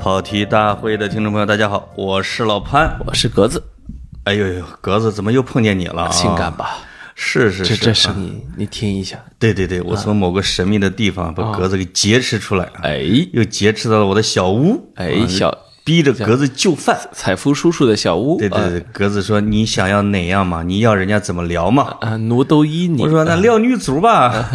跑题大会的听众朋友，大家好，我是老潘。我是格子，哎呦呦，格子怎么又碰见你了、啊？性感？吧？是是是，这啊这啊声音你听一下，对对对，我从某个神秘的地方啊把格子给劫持出来，啊，哎又劫持到了我的小屋，啊哎，小逼着格子就范。采夫叔叔的小屋，对呃对对，格子说你想要哪样嘛？你要人家怎么聊嘛？啊，奴都依你啊我，说那撩女足 吧。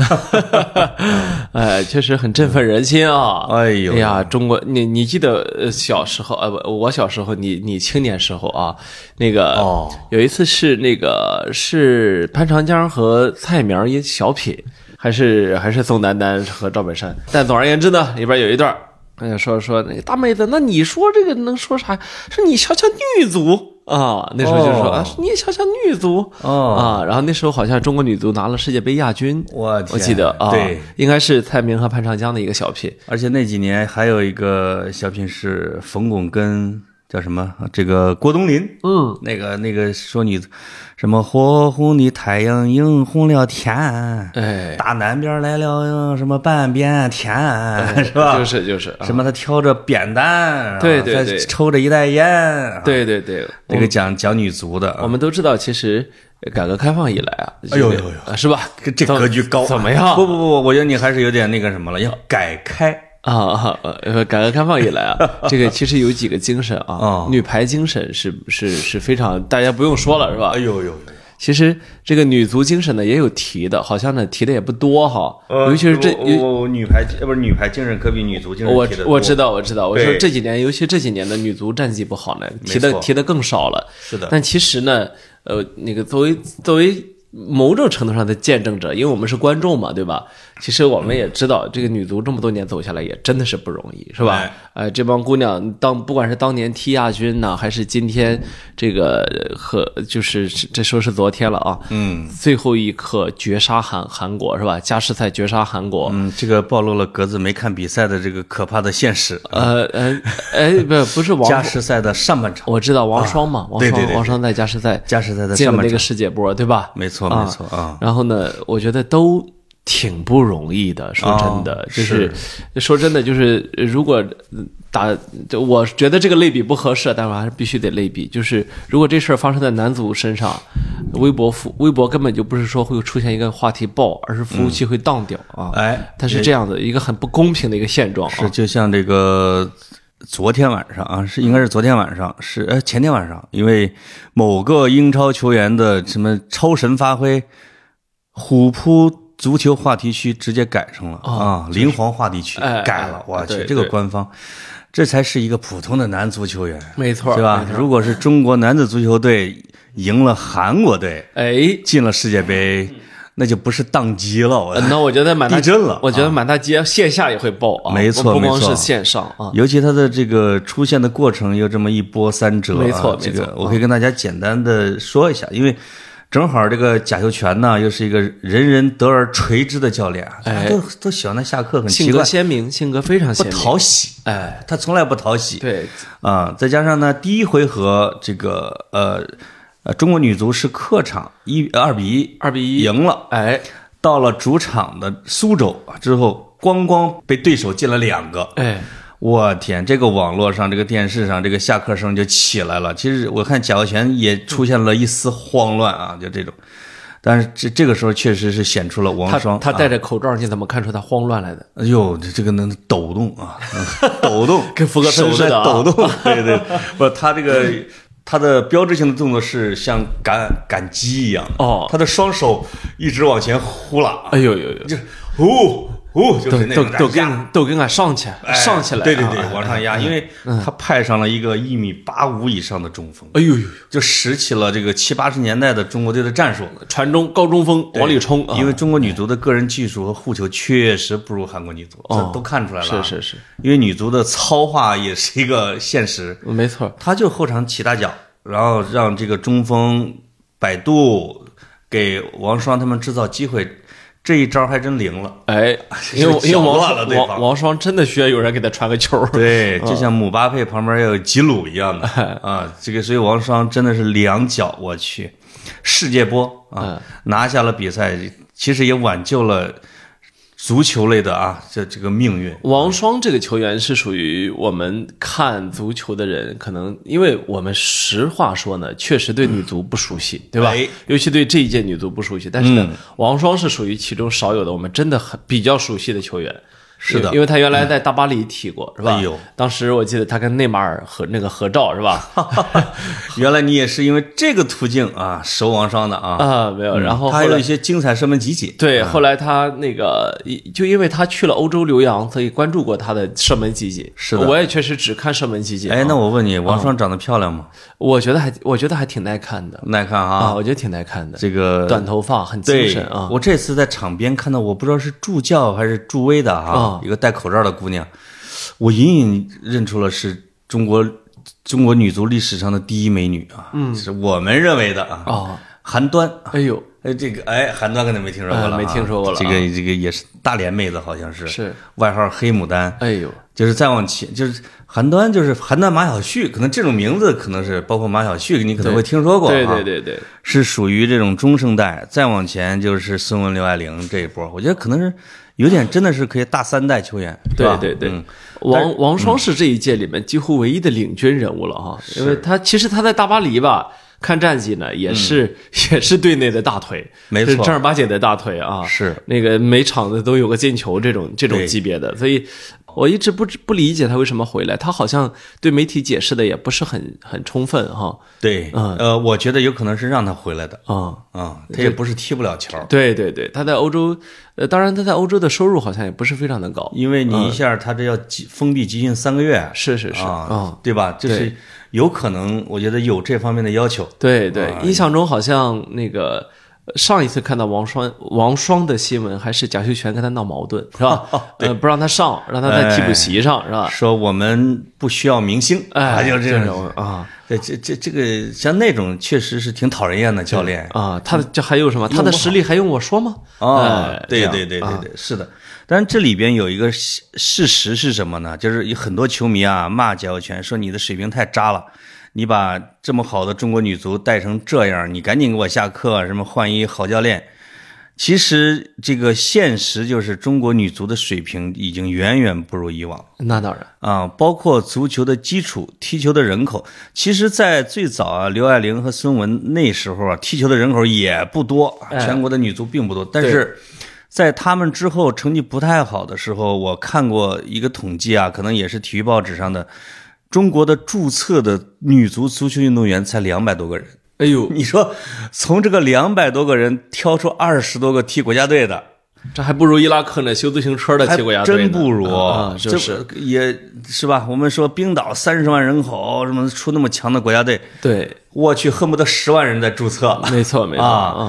哎，确实很振奋人心啊！哎呦哎呀，中国，你你记得呃小时候，呃，不，我小时候，你你青年时候啊，那个哦有一次是那个是潘长江和蔡明儿一小品，还是还是宋丹丹和赵本山，但总而言之呢，里边有一段儿。哎呀，说说那个大妹子，那你说这个能说啥？说你瞧瞧女足啊，那时候就说、哦啊，你瞧瞧女足、哦啊，然后那时候好像中国女足拿了世界杯亚军，我我天记得啊，对，应该是蔡明和潘长江的一个小品。而且那几年还有一个小品是冯巩跟叫什么啊这个郭冬临，嗯，那个那个说你什么火红的太阳映红了天，哎，大南边来了什么半边天，是吧？就是就是，啊什么他挑着扁担，对啊对在对抽着一袋烟，啊，对对对，这个讲讲女足的，啊我们都知道，其实改革开放以来啊，哎呦这个呦呦啊是吧？这这格局高，啊怎么样不不不，我觉得你还是有点那个什么了，要改开。啊啊，呃，改革开放以来啊，这个其实有几个精神啊哦，女排精神是是是非常，大家不用说了是吧哎？呦呦，其实这个女足精神呢也有提的，好像呢提的也不多哈，尤其是这我呃我我女排呃不是女排精神可比女足精神我提得多我知道，我知道，我说对这几年，尤其这几年的女足战绩不好呢，提没的错提的更少了。是的但其实呢，呃，那个作为作为某种程度上的见证者，因为我们是观众嘛，对吧？其实我嗯们也知道，这个女足这么多年走下来也真的是不容易，是吧哎？呃，这帮姑娘当不管是当年踢亚军呐，还是今天这个呃和就是这说是昨天了啊，嗯最后一刻绝杀韩韩国是吧？加时赛绝杀韩国，嗯，这个暴露了格子没看比赛的这个可怕的现实。呃呃，哎，不不是王加时赛的上半场，我知道王霜嘛，王对霜对对对王霜在加时赛加时赛的进上了半那个场，世界波，对吧？没错啊没错啊，然后呢，我觉得都挺不容易的，说真的，哦就是说真的，就是呃如果呃打，就我觉得这个类比不合适，但我还是必须得类比。就是如果这事儿发生在男足身上，微博服微博根本就不是说会出现一个话题爆，而是服务器会荡掉啊。嗯哎，它是这样的一个很不公平的一个现状是啊。就像这个昨天晚上啊，是应该是昨天晚上，是呃前天晚上，因为某个英超球员的什么超神发挥，虎扑足球话题区直接改成了、啊，林皇话题区哦哎改了哎，我去对，这个对官方，这才是一个普通的男足球员，没错，对吧没？错如果是中国男子足球队赢了韩国队，哎，进了世界杯，那就不是宕机了，我呃那我觉得满大地震了啊我觉得满大街线下也会爆啊，没错不光没错是线上啊，尤其它的这个出现的过程又这么一波三折、啊，没错这没个错我可以跟大家简单的说一下，因为正好这个贾秀全呢，又是一个人人得而垂之的教练啊，大家都都喜欢他下课，很奇哎性怪格，鲜明，性格非常不鲜明，讨喜，哎，他从来不讨喜，对，啊、再加上呢，第一回合这个呃呃中国女足是客场一二比一二比一，赢了，哎到了主场的苏州之后，咣咣被对手进了两个。哎，我天，这个网络上、这个电视上，这个下课声就起来了。其实我看贾跃全也出现了一丝慌乱啊，就这种。但是这这个时候确实是显出了王他霜，他啊戴着口罩，你怎么看出他慌乱来的？哎呦，这这个能抖动啊，嗯抖动，跟福格森手似在的啊抖动，对对，不，他这个他的标志性的动作是像赶赶鸡一样，哦他的双手一直往前呼啦，哎呦呦呦，就是呼呼，就都是那都种都压跟都跟俺上去，哎上起来啊，对对对，哎往上压，因为他派上了一个一米八五以上的中锋，哎呦呦，就拾起了这个七八十年代的中国队的战术。传中高中锋往里冲啊，因为中国女足的个人技术和护球确实不如韩国女足，这哦都看出来了啊。是是是，因为女足的糙化也是一个现实，没错，她就后场起大脚，然后让这个中锋摆渡给王霜他们制造机会，这一招还真灵了。 哎，因为就因为搅王乱了对王方王霜真的需要有人给他传个球， 对，嗯就像姆巴佩旁边有吉鲁一样 的啊，这个所以王霜真的是两脚，我去，嗯世界波啊，拿下了比赛，其实也挽救了足球类的啊，这这个命 运。王霜这个球员是属于我们看足球的人，可能因为我们实话说呢，确实对女足不熟悉，对吧？哎嗯尤其对这一届女足不熟悉。但是呢，王霜是属于其中少有的我们真的很比较熟悉的球员。是的嗯因为他原来在大巴黎踢过，是吧？哎呦当时我记得他跟内马尔合那个合照，是吧？ 原来你也是因为这个途径啊，熟王商的啊。啊，没有。然后他后还有来一嗯些精彩射门集锦。对，后来他那个一就因为他去了欧洲留洋，所以关注过他的射门集锦。是的我也确实只看射门集锦。哎，啊那我问你，王霜长得漂亮吗？我觉得还我觉得还挺耐看的耐看啊，啊，我觉得挺耐看的，这个短头发很精对神啊。我这次在场边看到，我不知道是助教还是助威的啊啊，一个戴口罩的姑娘，我隐隐认出了是中国中国女足历史上的第一美女啊，是我们认为的啊，嗯哦，韩端。哎呦，哎，这个哎，韩端可能没听说过了啊，哎没听说过了啊这个这个也是大连妹子，好像是是，外号黑牡丹。哎呦，就是再往前，就是韩端，就是韩端马晓旭，可能这种名字可能是包括马晓旭，你可能会听说过、啊。对对对对，是属于这种中生代，再往前就是孙雯、刘爱玲这一波，我觉得可能是有点真的是可以大三代球员，是吧对对对，嗯王王霜是这一届里面几乎唯一的领军人物了哈，嗯因为他其实他在大巴黎吧，看战绩呢也是、也是队内的大腿，嗯没错是正儿八经的大腿啊，是那个每场的都有个进球这种这种对级别的，所以我一直不知不理解他为什么回来，他好像对媒体解释的也不是很很充分哈，对，嗯呃，我觉得有可能是让他回来的啊、啊、他也不是踢不了球，对对对，他在欧洲，呃，当然他在欧洲的收入好像也不是非常的高，因为你一下他这要集封闭集训三个月，是是是，啊、嗯对吧？这是有可能，我觉得有这方面的要求，对对，啊印象中好像那个呃上一次看到王霜王霜的新闻，还是贾秀全跟他闹矛盾，是吧？哦呃，不让他上，让他在替补席上，是吧？说我们不需要明星，啊啊哎，就这种。种啊对，这这这个像那种确实是挺讨人厌的教练，啊，他的这还有什么？他的实力还用我说吗？啊哎，嗯对这样对对对对，是的。但是这里边有一个事事实是什么呢？就是有很多球迷啊骂贾秀全说你的水平太渣了，你把这么好的中国女足带成这样，你赶紧给我下课，什么换一好教练。其实这个现实就是中国女足的水平已经远远不如以往。那当然，啊，包括足球的基础、踢球的人口。其实，在最早啊，刘爱玲和孙雯那时候啊，踢球的人口也不多，啊哎全国的女足并不多。但是，在他们之后成绩不太好的时候，我看过一个统计啊，可能也是体育报纸上的，中国的注册的女足足球运动员才两百多个人。 哎呦，你说，从这个两百多个人挑出二十多个踢国家队的，这还不如伊拉克那修自行车的还结果呀，队真呢不如啊，啊就这是也是吧？我们说冰岛三十万人口，什么出那么强的国家队，对，我去，恨不得十万人在注册没错没错嗯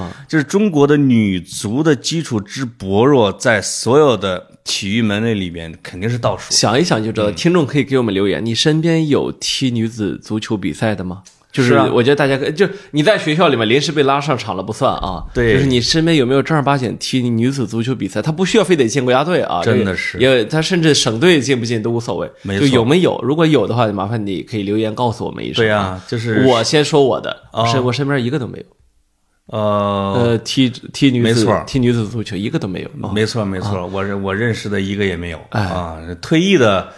啊！就是中国的女足的基础之薄弱，在所有的体育门类里边肯定是倒数。想一想就知嗯道。听众可以给我们留言，你身边有踢女子足球比赛的吗？就是是啊我觉得大家可就你在学校里面临时被拉上场了不算啊，对就是你身边有没有正儿八经踢女子足球比赛？他不需要非得进国家队啊，真的是也他甚至省队进不进都无所谓，没就错有没有？如果有的话，麻烦你可以留言告诉我们一声。对呀、就是我先说我的，啊是我身边一个都没有，呃，呃，踢踢女子没错踢女子足球一个都没有，哦没错没错，我认我认识的一个也没有啊哎啊，退役的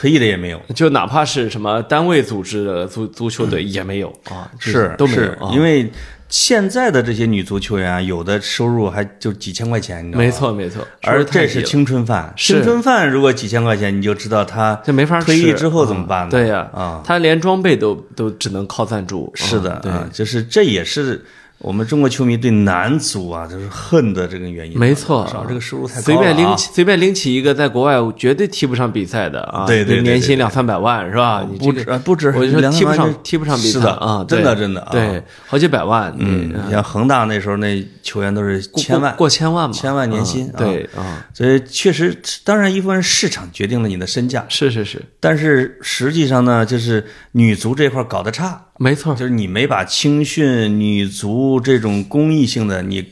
退役的也没有。就哪怕是什么单位组织的足足球队也没有啊，就是都没有是啊，因为现在的这些女足球员啊，有的收入还就几千块钱，你知道吗？没错没错，而说得太这低是了青春饭，是青春饭如果几千块钱，你就知道他这没法吃退役之后怎么办呢？啊对呀啊，他连装备都都只能靠赞助，是的啊，对，啊，就是这也是我们中国球迷对男足啊就是恨的这个原因。没错少这个收入太高了啊随便拎起随便拎起一个在国外绝对踢不上比赛的啊，对对对对年薪两三百万是吧？你不这止个啊不止，我就说两踢不万上这踢不上比是赛的啊，对真的真的啊，对，好几百万，嗯，对，你像恒大那时候那球员都是过千万过，过千万嘛，千万年薪啊啊对啊，所以确实，当然一部分是市场决定了你的身价，是是是，但是实际上呢，就是女足这块儿搞得差，没错，就是你没把青训、女足这种公益性的你，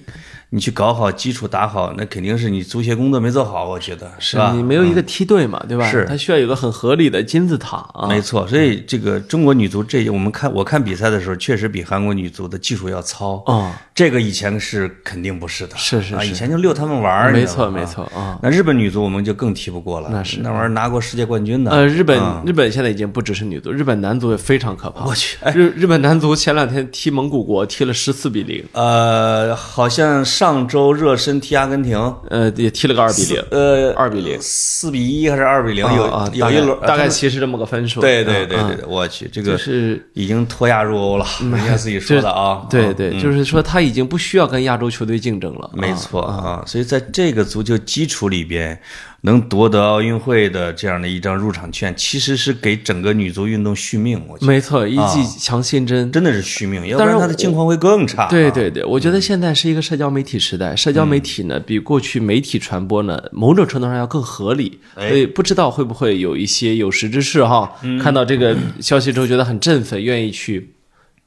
你去搞好基础打好，那肯定是你足协工作没做好，我觉得是吧呃嗯你？没有一个梯队嘛，对吧？是他需要有个很合理的金字塔啊。没错，所以这个中国女足这我们看我看比赛的时候，确实比韩国女足的技术要糙，啊，这个以前是肯定不是的，是是啊，是以前就遛他们玩儿，没你知道错吗没。错啊。那日本女足我们就更提不过了，那是那玩意儿拿过世界冠军的，呃，日本日本现在已经不只是女足，日本男足也非常可怕。嗯我去，日日本男足前两天踢蒙古国，踢了十四比零，呃，好像上周热身踢阿根廷，呃，也踢了个二比零，呃，二比零，四比一还是二比零？有啊啊有一大概轮呃大概他们其实这么个分数。对对对嗯对，对我去，这嗯就个是已经脱亚入 欧了，人家自己说的啊，对啊对，就是说他已经不需要跟亚洲球队竞争了。没啊，错啊，所以在这个足球基础里边，能夺得奥运会的这样的一张入场券，其实是给整个女足运动续命。我觉得没错，啊一剂强心针。真的是续命，要不但是然它的境况会更差。啊对，对对，我觉得现在是一个社交媒体时代，社交媒体呢比过去媒体传播呢某种程度上要更合理，所哎以不知道会不会有一些有识之士哈，看到这个消息之后觉得很振奋，愿意去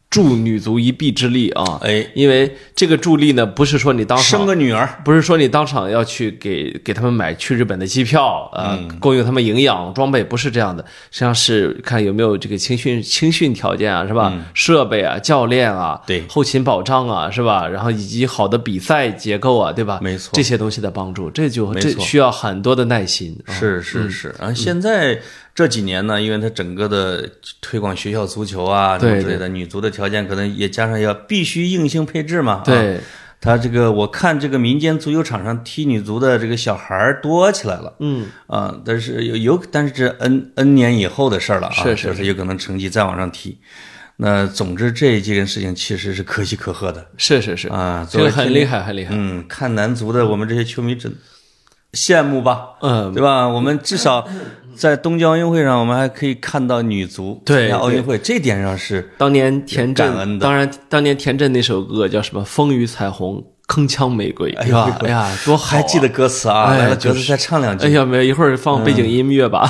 助女足一臂之力啊，哎，因为这个助力呢不是说你当场生个女儿，不是说你当场要去给给他们买去日本的机票，呃，嗯供应他们营养装备，不是这样的，实际上是看有没有这个青训青训条件啊，是吧？设备啊，教练嗯啊，对后勤保障啊，是吧？然后以及好的比赛结构啊，对吧？没错这些东西的帮助，这就没这错需要很多的耐心。啊是是是，然后现在这几年呢，因为它整个的推广学校足球啊，什么对之类的，女足的条件可能也加上要必须硬性配置嘛。啊，对，他这个我看这个民间足球场上踢女足的这个小孩儿多起来了。嗯，啊，但是有有，但是这 n n 年以后的事儿了啊，是是就是有可能成绩再往上提。那总之这件事情其实是可喜可贺的是是是，啊，这作个为很天厉害，很厉害。嗯，看男足的我们这些球迷真羡慕吧，嗯，对吧？我们至少在东京奥运会上，我们还可以看到女足参对加奥运会，这点上是当年田感恩震，的当然当年田震那首歌叫什么？风雨彩虹，铿锵玫瑰，哎是吧？呦哎呀，多好啊！还记得歌词啊，哎来了就格子再唱两句。哎呀，没有，一会儿放背景音乐 吧。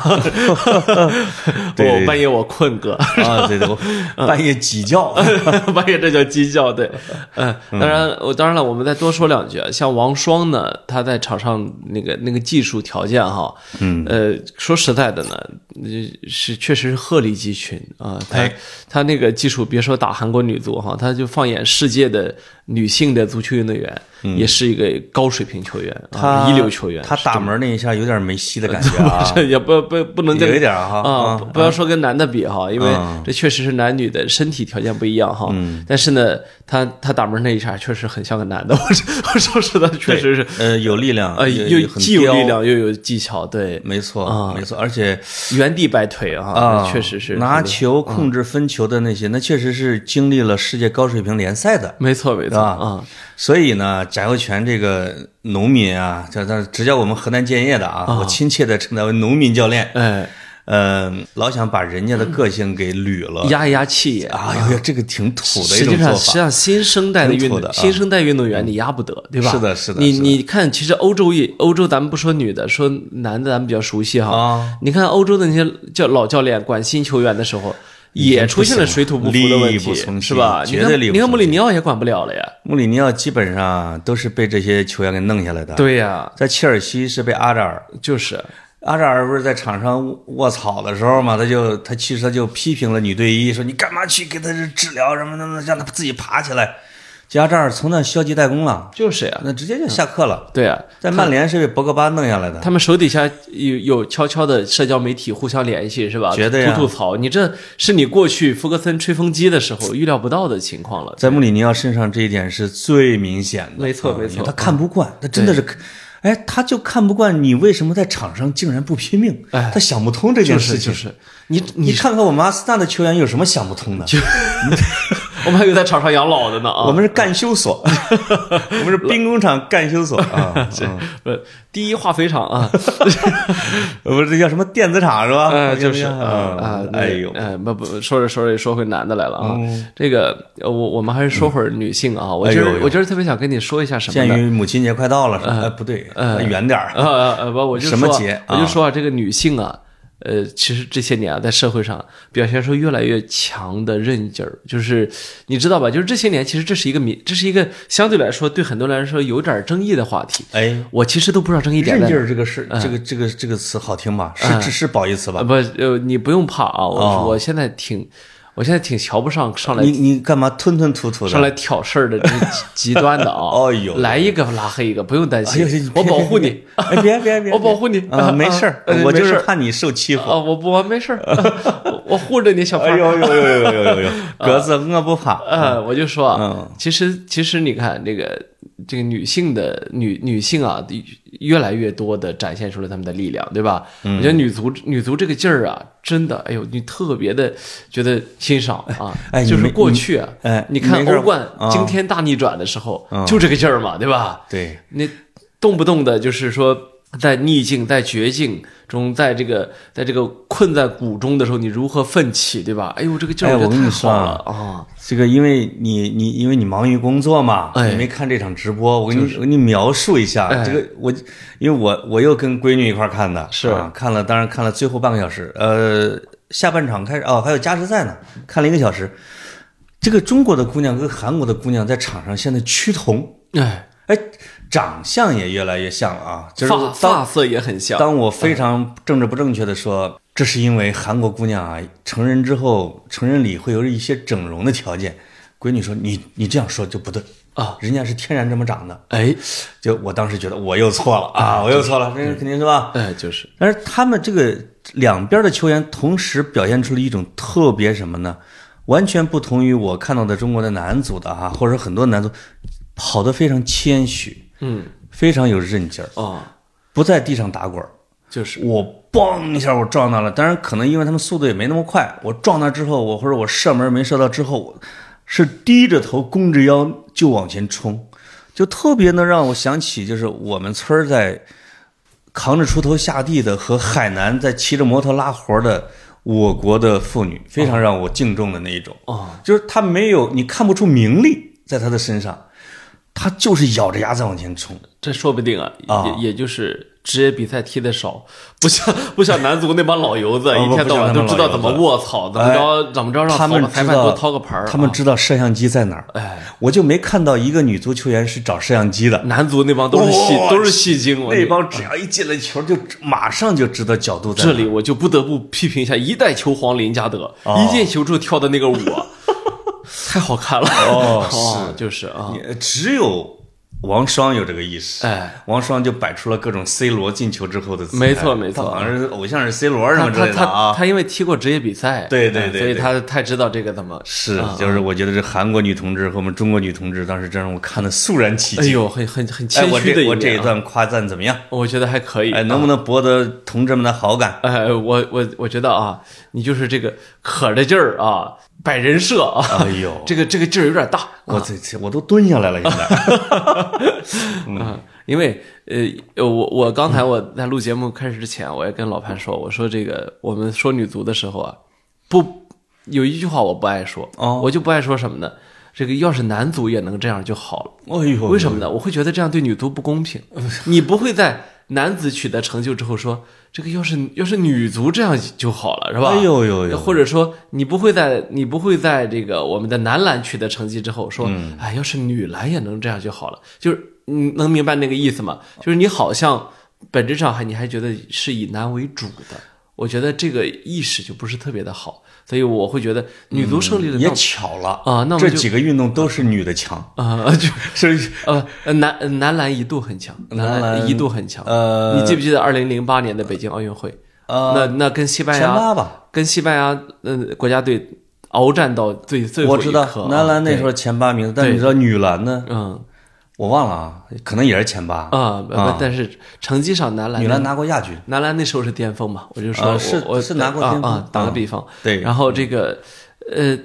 对对我半夜我困哥， 啊，对对，我嗯半夜鸡叫， 半夜这叫鸡叫。对，嗯，当然，我当然了，我们再多说两句啊。像王霜呢，她在场上那个那个技术条件哈，嗯，呃，说实在的呢，呃是确实是鹤立鸡群啊。她哎她那个技术，别说打韩国女足哈，她就放眼世界的女性的足球运动员，嗯也是一个高水平球员，啊，他一流球员。他打门那一下有点梅西的感觉啊， 这也不不不能跟有一点哈啊，嗯不不要说跟男的比哈，因为嗯这确实是男女的身体条件不一样哈。但是呢，他他打门那一下确实很像个男的， 我说我说实在，确实是，呃，有力量，呃，也又也很既有刁力，量又有技巧，对，没错，啊没错，而且原地摆腿啊，啊，确实是嗯拿很厉害球控制分球的那些，那确实是经历了世界高水平联赛的。没错没啊错啊，所以呢，贾跃全这个农民啊，叫他执教我们河南建业的啊，我亲切的称他为农民教练。哎，嗯，老想把人家的个性给捋了压一压气也。啊，哎呦，这个挺土的一实种际做上，实际法。上新生代的运挺土动，的啊新生代运动员你压不得，对吧？是的是的你是的你看，其实欧洲也，欧洲咱们不说女的，说男的咱们比较熟悉哈。啊你看欧洲的那些教老教练管新球员的时候，也出现了水土不服的问力题不从，心是吧？你绝对看力不你看从穆里尼奥也管不了了呀。穆里尼奥基本上都是被这些球员给弄下来的。，对呀、在切尔西是被阿扎尔，就是啊阿扎尔不是在场上卧草的时候嘛，他就他其实他就批评了女队医，说你干嘛去给他治疗什么什么，让他自己爬起来。结果阿扎尔从那消极怠工了，就是呀、那直接就下课了。对呀、啊在曼联是被博格巴弄下来的，他们手底下有有悄悄的社交媒体互相联系是吧？绝对啊吐吐槽，你这是你过去福格森吹风机的时候预料不到的情况了。在穆里尼奥身上这一点是最明显的。没错啊没错嗯他看不惯，他真的是，哎，他就看不惯你为什么在场上竟然不拼命，哎他想不通这件就是事就情。是，你你你看看我们阿森纳的球员有什么想不通的？ 我们还有在场上养老的呢啊！我们是干休 所，我们是兵工厂干休所啊，嗯呃第一化肥 厂啊，不是这叫什么电子厂是吧？呃 就是啊啊，那哎呦，嗯呃不不，说着说着说回男的来了啊。这个呃我我们还是说会儿女性啊，我就哎呦是呦我就是特别想跟你说一下什么鉴呢？于母亲节快到了，是吧哎不对，远点儿呃呃呃不，我就什么说节我啊就说啊，这个女性啊。呃，其实这些年啊，在社会上表现出越来越强的韧劲儿，就是你知道吧？就是这些年，其实这是一个民，这是一个相对来说对很多人来说有点争议的话题。哎。我其实都不知道争议点嗯韧在哪劲儿这个事，这个这个这嗯个词好听吗？是是是褒义词吧呃啊，？不，呃，你不用怕啊，我、哦我现在挺，我现在挺瞧不上上来你你干嘛吞吞吐吐的？嗯上来挑事儿 的这极端的啊！哎呦来一个拉黑一个，不用担哎呦，你心别，我保护你，哎，别别别， 我保护你啊，没事 儿啊啊，我就没事是儿怕你受欺负。啊！我不，我没 事儿，我我啊护着你，小哎胖。呦呦呦呦呦呦 呦，格子我不怕。呃，我就说啊嗯，其实其实你看这个这个女性的女女性啊，越来越多的展现出了她们的力量，对吧？嗯我觉得女足女足这个劲儿啊，真的，哎呦，你特别的觉得欣赏啊。哎就你是没过去啊，哎你看没事儿欧冠啊惊天大逆转的时候，嗯就这个劲儿嘛，对吧？对，那动不动的就是说，在逆境、在绝境中，在这个在这个困在谷中的时候，你如何奋起，对吧？哎呦，这个劲儿哎我觉得跟太你说好啊了啊！这个因为你你因为你忙于工作嘛，哎你没看这场直播，我给你、我给你描述一下、哎这个我，因为我我又跟闺女一块儿看的，是啊，看了，当然看了最后半个小时，呃，下半场开始哦，还有加时赛呢，看了一个小时。这个中国的姑娘跟韩国的姑娘在场上现在趋同，哎，哎，长相也越来越像了啊，就是发当发色也很像。当我非常政治不正确的说，这是因为韩国姑娘啊，成人之后成人礼会有一些整容的条件。闺女说：“你你这样说就不对啊，人家是天然这么长的。哎”就我当时觉得我又错了啊，我又错了，这个肯定是吧？哎，就是但是他们这个两边的球员同时表现出了一种特别什么呢？完全不同于我看到的中国的男足的哈、啊或者说很多男足跑得非常谦虚，嗯非常有韧劲儿，哦，不在地上打滚儿。就是我嘣一下我撞到了，当然可能因为他们速度也没那么快，我撞那之后，我或者我射门没射到之后，我是低着头弓着腰就往前冲，就特别能让我想起就是我们村儿在扛着锄头下地的和海南在骑着摩托拉活儿的我国的妇女，非常让我敬重的那一种。哦，就是她没有你看不出名利在她的身上，她就是咬着牙在往前冲。这说不定啊，啊也也就是职业比赛踢的少，不像不像男足那帮老油子，啊一天到晚不都不像他们知道怎老么油子哎卧槽，怎么着怎么着让他们裁判裁知判多道掏个牌儿啊。他们知道摄像机在哪儿。哎，我就没看到一个女足球员是找摄像机的。男足那帮都是戏哇都是戏精，嗯我那帮只要一进了球，就马上就知道角度在哪这儿。里我就不得不批评一下一代球皇林加德，哦一进球之后跳的那个舞 啊，太好看了。哦哦，就是啊，你只有王霜有这个意识。哎，王霜就摆出了各种 C 罗进球之后的姿态。没错没错他好像是偶像是 C 罗什他么之他类的他啊。他因为踢过职业比赛，嗯对对对所以对他太知道这个怎么。是，就是我觉得这韩国女同志和我们中国女同志当时真让我看的肃然起哎敬。呦，很很很哎，谦我虚的这我这面一啊，段夸赞怎么样？我觉得还可以。哎，能不能博得同志们的好感？哎，我我我觉得啊，你就是这个可着劲儿啊，摆人设啊，哎呦，这个这个劲儿有点大。我这这我都蹲下来了， 现哎在。嗯，因为呃，我我刚才我在录节目开始之前，我也跟老潘说，我说这个我们说女足的时候啊，不有一句话我不爱说，哦我就不爱说什么呢？这个要是男足也能这样就好了，哎呦，为什么呢？我会觉得这样对女足不公 平。你不会在男子取得成就之后说，这个要是要是女足这样就好了，是吧？哎呦呦呦，或者说你不会在你不会在这个我们的男篮取得成绩之后说，嗯哎，要是女篮也能这样就好了，就是你能明白那个意思吗？就是你好像本质上还你还觉得是以男为主的，我觉得这个意识就不是特别的好，所以我会觉得女足胜利了嗯也那巧了啊那我这就几个运动都是女的强，啊就。 是呃，呃男男篮一度很强，男篮篮一度很强。呃你记不记得二零零八年的北京奥运会？呃那那跟西班前牙八吧？跟西班牙嗯国家队鏖战到最最后我一知道刻啊男篮那时候前八名，但你知道女篮呢？嗯我忘了啊，可能也是前八啊，不不但是成绩上男篮女篮拿过亚军，男篮那时候是巅峰嘛，我就说啊我是我是拿过巅峰啊啊打个嗯比方，对然后这个呃，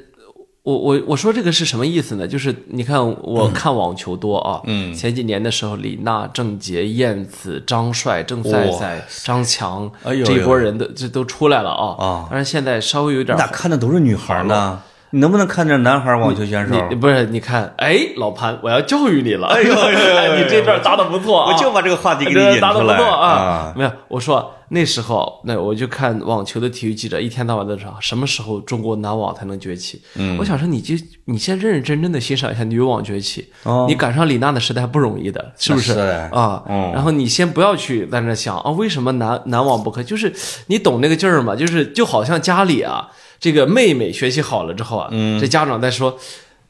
我我我说这个是什么意思呢？就是你看我嗯看网球多啊，嗯，前几年的时候，李娜、郑洁、燕子、张帅、郑赛赛、张强，哎呦这一呦波人的这都出来了啊啊，当然现在稍微有你点咋看的都是女孩呢？你能不能看点男孩网球选手？你不是，你看，哎，老潘，我要教育你了。 哎呦哎呦哎呦你这段搭的不错啊，我就把这个话题给你这引搭出的不来错啊。！没有，我说那时候，那我就看网球的体育记者一天到晚在说，什么时候中国男网才能崛起？嗯，我想说，你就你先认认真真的欣赏一下女网崛起哦，你赶上李娜的时代还不容易的，是不那是的啊嗯？然后你先不要去在哦那想啊，为什么男男网不可？就是你懂那个劲儿吗？就是就好像家里啊。这个妹妹学习好了之后啊，嗯这家长在说，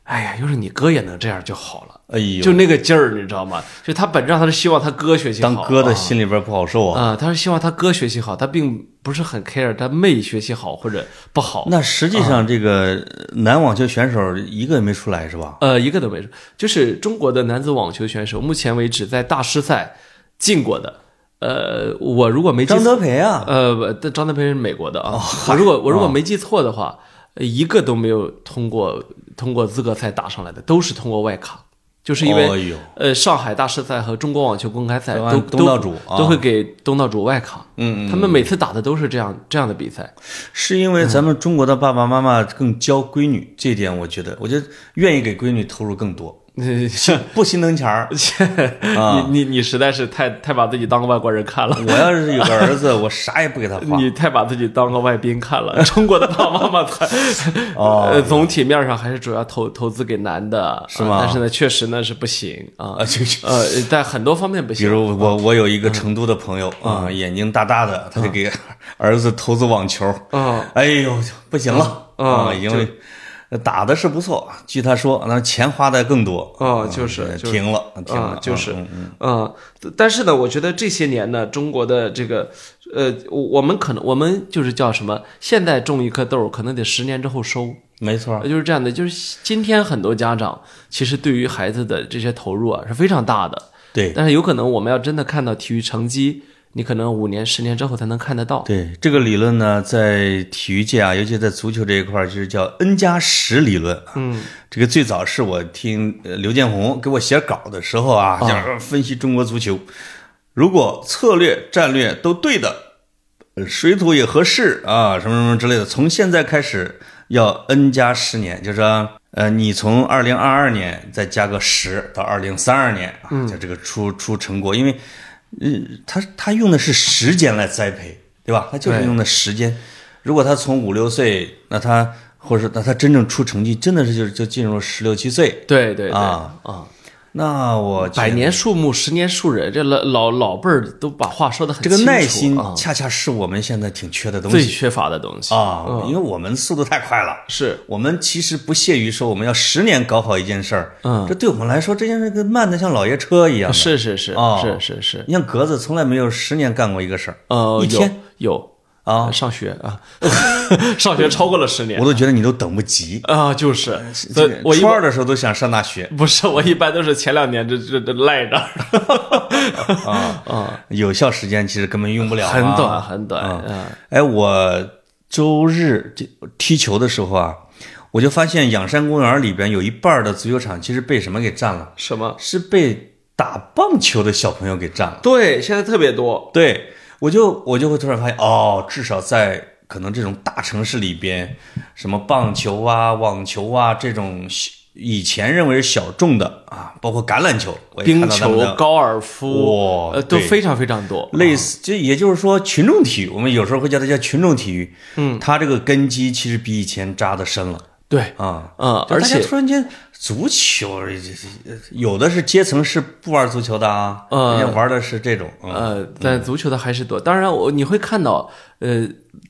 哎呀，要是你哥也能这样就好了，哎呦，就那个劲儿，你知道吗？就他本质上他是希望他哥学习好，当哥的啊心里边不好受啊。啊、他是希望他哥学习好，他并不是很 care 他妹学习好或者不好。那实际上，这个男网球选手一个也没出来是吧？呃，一个都没有，就是中国的男子网球选手，目前为止在大师赛进过的，呃，我如果没记张错，德哦培啊，呃，不但张德培是美国的啊，我如果我如果没记错的哦话，呃一个都没有通过通过资格赛打上来的，都是通过外卡，就是因为、哎呦呃，上海大师赛和中国网球公开赛都按都东道主都啊都会给东道主外卡，嗯他们每次打的都是这样这样的比赛，是因为咱们中国的爸爸妈妈更教闺女，这一点我觉得，我觉得愿意给闺女投入更多， 不心疼钱儿。啊呃你你你实在是太太把自己当个外国人看了。我要是有个儿 子，我啥也不给他花。你太把自己当个外宾看了， 中国的爸爸妈妈才，哦呃，总体面上还是主要投投资给男的，是吗啊但是呢，确实呢是不行啊啊，，就 就呃，在很多方面不比行。如我我有一个成都的朋友嗯啊，眼睛大大的，他就给儿子投资网球，啊，哎呦不行了啊啊，因为打的是不错，据他说，那钱花的更多哦就是嗯就是停了，停啊了，就是嗯嗯嗯，但是呢，我觉得这些年呢，中国的这个，呃，我我们可能我们就是叫什么，现在种一颗豆儿，可能得十年之后收，没错呃，就是这样的。就是今天很多家长其实对于孩子的这些投入啊是非常大的，对但是有可能我们要真的看到体育成绩，你可能五年、十年之后才能看得到。对，这个理论呢，在体育界啊，尤其在足球这一块儿，就是叫 N 加十理论。嗯，这个最早是我听呃刘建宏给我写稿的时候啊，就是分析中国足球，如果策略、战略都对的，呃水土也合适啊，什么什么之类的。从现在开始要 N 加十年，就是说、呃，你从二零二二年再加个十到二零三二年啊，嗯就这个出出成果，因为，呃，他他用的是时间来栽培，对吧？他就是对用的时间。如果他从五六岁，那他或者说那他真正出成绩，真的是就就进入十六七岁。对对对啊啊！那我觉得百年树木，十年树人，这老老老辈儿都把话说的很这清楚个耐心啊，恰恰是我们现在挺缺的东最西缺乏的东西啊，嗯因为我们速度太快了。是我们其实不屑于说我们要十年搞好一件事儿，嗯这对我们来说这件事跟慢的像老爷车一样的。，是是是哦是是是，你像格子从来没有十年干过一个事儿，呃，一天有有啊，上学啊， 上学超过了十年我都觉得你都等不及。啊，就是，所这以个我一初般二的时候都想上大学，不是我一般都是前两年这这这赖着，啊有效时间其实根本用不了、啊，啊， 很短很短啊，哎，我周日这踢球的时候啊，我就发现仰山公园里边有一半儿的足球场其实被什么给占了，什么？是被打棒球的小朋友给占了。对，现在特别多，对，我就我就会突然发现，哦，至少在可能这种大城市里边，什么棒球啊、网球啊这种小以前认为是小众的啊，包括橄榄球、我也冰看到他们球、的高尔夫，哇呃，都对非常非常多，类似，这也就是说群众体育，我们有时候会叫它叫群众体育。嗯，它这个根基其实比以前扎的深了对，啊。嗯，就大而家且突然间，足球这这这有的是阶层是不玩足球的啊，呃人家玩的是这种，嗯呃，但足球的还是多。当然我，你会看到，呃，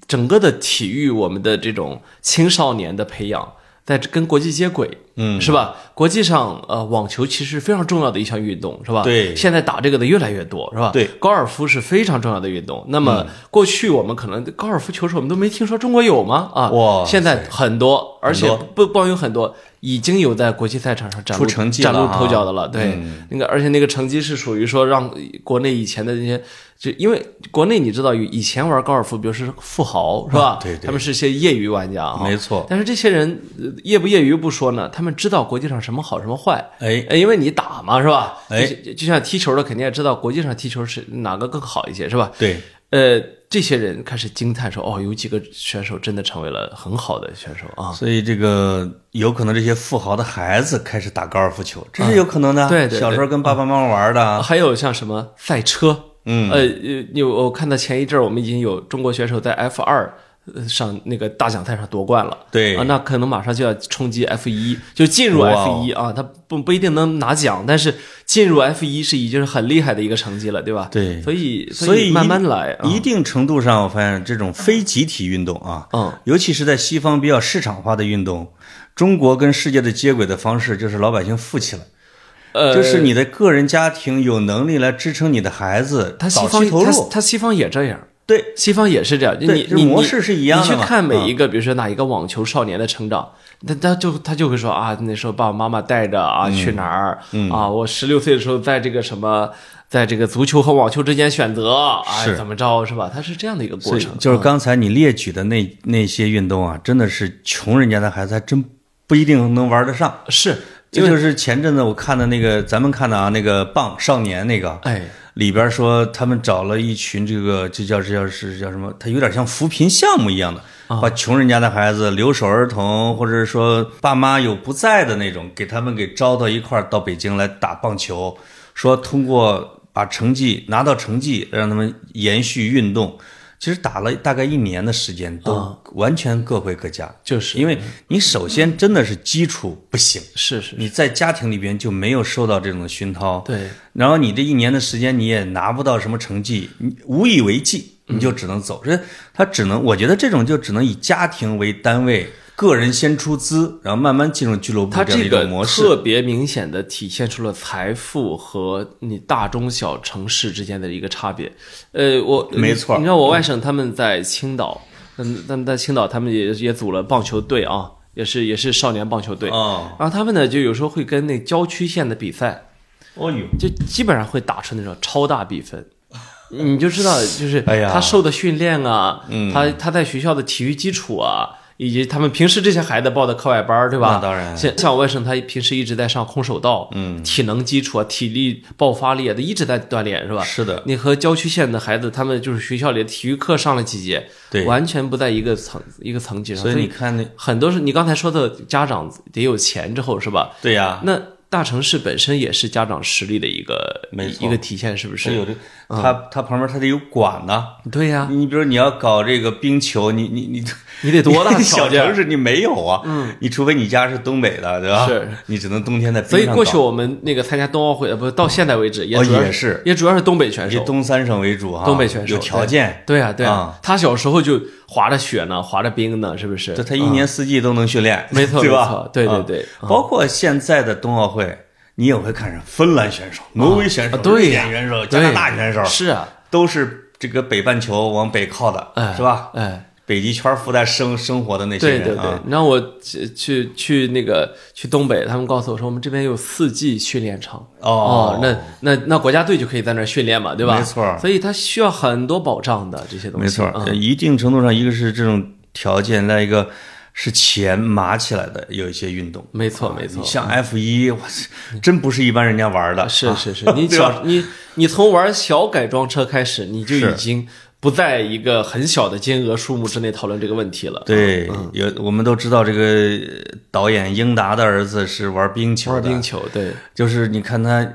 整个的体育，我们的这种青少年的培养，在跟国际接轨，嗯，是吧？国际上，呃，网球其实非常重要的一项运动，是吧？对现在打这个的越来越多，是吧？对嗯高尔夫是非常重要的运动。那么过去我们可能高尔夫球手，我们都没听说中国有吗？啊，哇现在很多，而且不不光有很多，已经有在国际赛场上崭露出成绩崭露了啊头角的了。对，那个而且那个成绩是属于说让国内以前的那些，就因为国内你知道以前玩高尔夫，比如是富豪是吧？啊对对他们是些业余玩家啊，没错但是这些人呃业不业余不说呢，他们知道国际上什么好什么坏，哎，哎，因为你打嘛是吧？哎就就像踢球的肯定也知道国际上踢球是哪个更好一些是吧？对，呃，这些人开始惊叹说，哦，有几个选手真的成为了很好的选手啊。所以这个有可能这些富豪的孩子开始打高尔夫球，这是有可能的。啊对对对小时候跟爸爸妈妈玩的，啊还有像什么赛车，嗯呃，呃，你我看到前一阵儿我们已经有中国选手在 F 二呃上那个大奖赛上夺冠了。对啊，那可能马上就要冲击 F 一，就进入哇 F 哦一啊，他不不一定能拿奖，但是进入 F 一是已经是很厉害的一个成绩了，对吧？对所以所以一慢慢来啊，一定程度上，我发现这种非集体运动啊，嗯，尤其是在西方比较市场化的运动，中国跟世界的接轨的方式就是老百姓富起来，呃，就是你的个人家庭有能力来支撑你的孩子他西早方期投他入，他西方也这样，对，西方也是这样，就对你这你模你式是一样的你去嘛嗯看每一个，比如说哪一个网球少年的成长，他他就他就会说啊，那时候爸爸妈妈带着啊、嗯去哪儿、啊，我十六岁的时候在这个什么，在这个足球和网球之间选择啊，是怎么着是吧？他是这样的一个过对程，嗯就是刚才你列举的那那些运动啊，真的是穷人家的孩子还真不一定能玩得上。是这就是前阵子我看的那个，咱们看的啊，那个《棒少年》那个，哎里边说他们找了一群这个，这叫这叫是叫什么？它有点像扶贫项目一样的，把穷人家的孩子、留守儿童，或者是说爸妈有不在的那种，给他们给招到一块儿到北京来打棒球，说通过把成绩拿到成绩，让他们延续运动。其实打了大概一年的时间，都完全各回各家，就是因为你首先真的是基础不行。是是，你在家庭里边就没有受到这种熏陶，对，然后你这一年的时间你也拿不到什么成绩，你无以为继，你就只能走。这、他只能，我觉得这种就只能以家庭为单位，个人先出资，然后慢慢进入俱乐部它样的这一个种模式。特别明显的体现出了财富和你大中小城市之间的一个差别。呃，我没错你知道我外甥他们在青岛，嗯，他们在青岛，他们也也组了棒球队啊，也是也是少年棒球队。哦，然后他们呢，就有时候会跟那郊区县的比赛，哦呦，就基本上会打出那种超大比分。你就知道，就是哎呀嗯他受的训练啊，他他在学校的体育基础啊，以及他们平时这些孩子报的课外班儿，对吧那？当然像像我外甥，他平时一直在上空手道，嗯，体能基础啊，体力爆发力啊，他一直在锻炼，是吧？是的，你和郊区县的孩子，他们就是学校里的体育课上了几节，对完全不在一个层一个层级上。所以你看那，很多是你刚才说的家长得有钱之后，是吧？对呀、那大城市本身也是家长实力的一个没一错一个体现，是不是有是？这，他他旁边他得有管呢、对呀、你比如你要搞这个冰球，你你你啊你得多大条小件城市你没有啊，嗯，你除非你家是东北的，对吧？是，你只能冬天在冰所以上过搞去我们那个参加冬奥会，呃，不到现在为止也哦主要也是也主要是东北选以手。东三省为主哈，东北选手有条件，对呀、对呀、啊他小时候就滑着雪呢，滑着冰呢，是不是？这他一年四季都能训练，嗯没 错对没吧错？对对啊对嗯包括现在的冬奥会，你也会看上芬兰选手、挪威选手、啊对瑞呀典选手、加对拿大选手，是啊，都是这个北半球往北靠的，哎，是吧？哎，北极圈附带生生活的那些对人对对啊，。你让我去去去那个去东北，他们告诉我说我们这边有四季训练场。哦那那那国家队就可以在那儿训练嘛，对吧？没错所以他需要很多保障的这些东西。没错，嗯呃一定程度上，一个是这种条件，另一个是钱码起来的，有一些运动。没错，没错你。像 F 一，我操真不是一般人家玩的，是啊是是，你对吧小你你从玩小改装车开始，你就已是经不在一个很小的金额数目之内讨论这个问题了。 对，嗯有我们都知道这个呃导演英达的儿子是玩冰球玩的，冰球，对，就是你看他，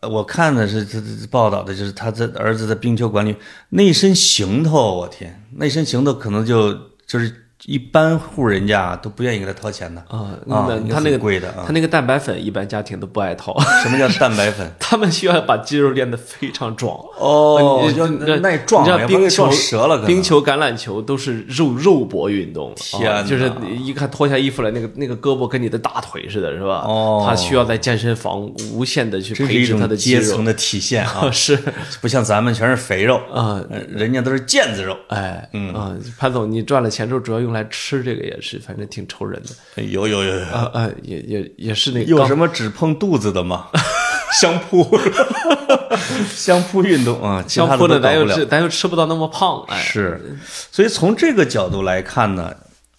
呃我看的是这这报道的，就是他这儿子在冰球馆里那身行头，我天，那身行头可能就就是一般户人家都不愿意给他掏钱的啊啊那，应该他那很个贵的啊他，那个蛋白粉一般家庭都不爱掏，？什么叫蛋白粉他们需要把肌肉练得非常壮。呃哦你就你那那你撞你知了，道要不然冰给球撞折了，可能冰球、橄榄球都是肉肉搏运动，天啊哪就是你一看脱下衣服来，那个那个胳膊跟你的大腿似的，是吧？哦他需要在健身房无限的去这是培一植他种的肌阶肉层，的体现啊， 是不像咱们全是肥肉，啊。呃人家都是腱子肉。哎，嗯啊，潘总，你赚了钱之后主要用来吃这个也是，反正挺愁人的有有有有，啊啊，也也也是那个呃有刚什么只碰肚子的吗？相扑， 相扑运动啊，其相他扑的的，都搞咱不又了吃，。咱又吃不到那么胖，哎，是，所以从这个角度来看呢，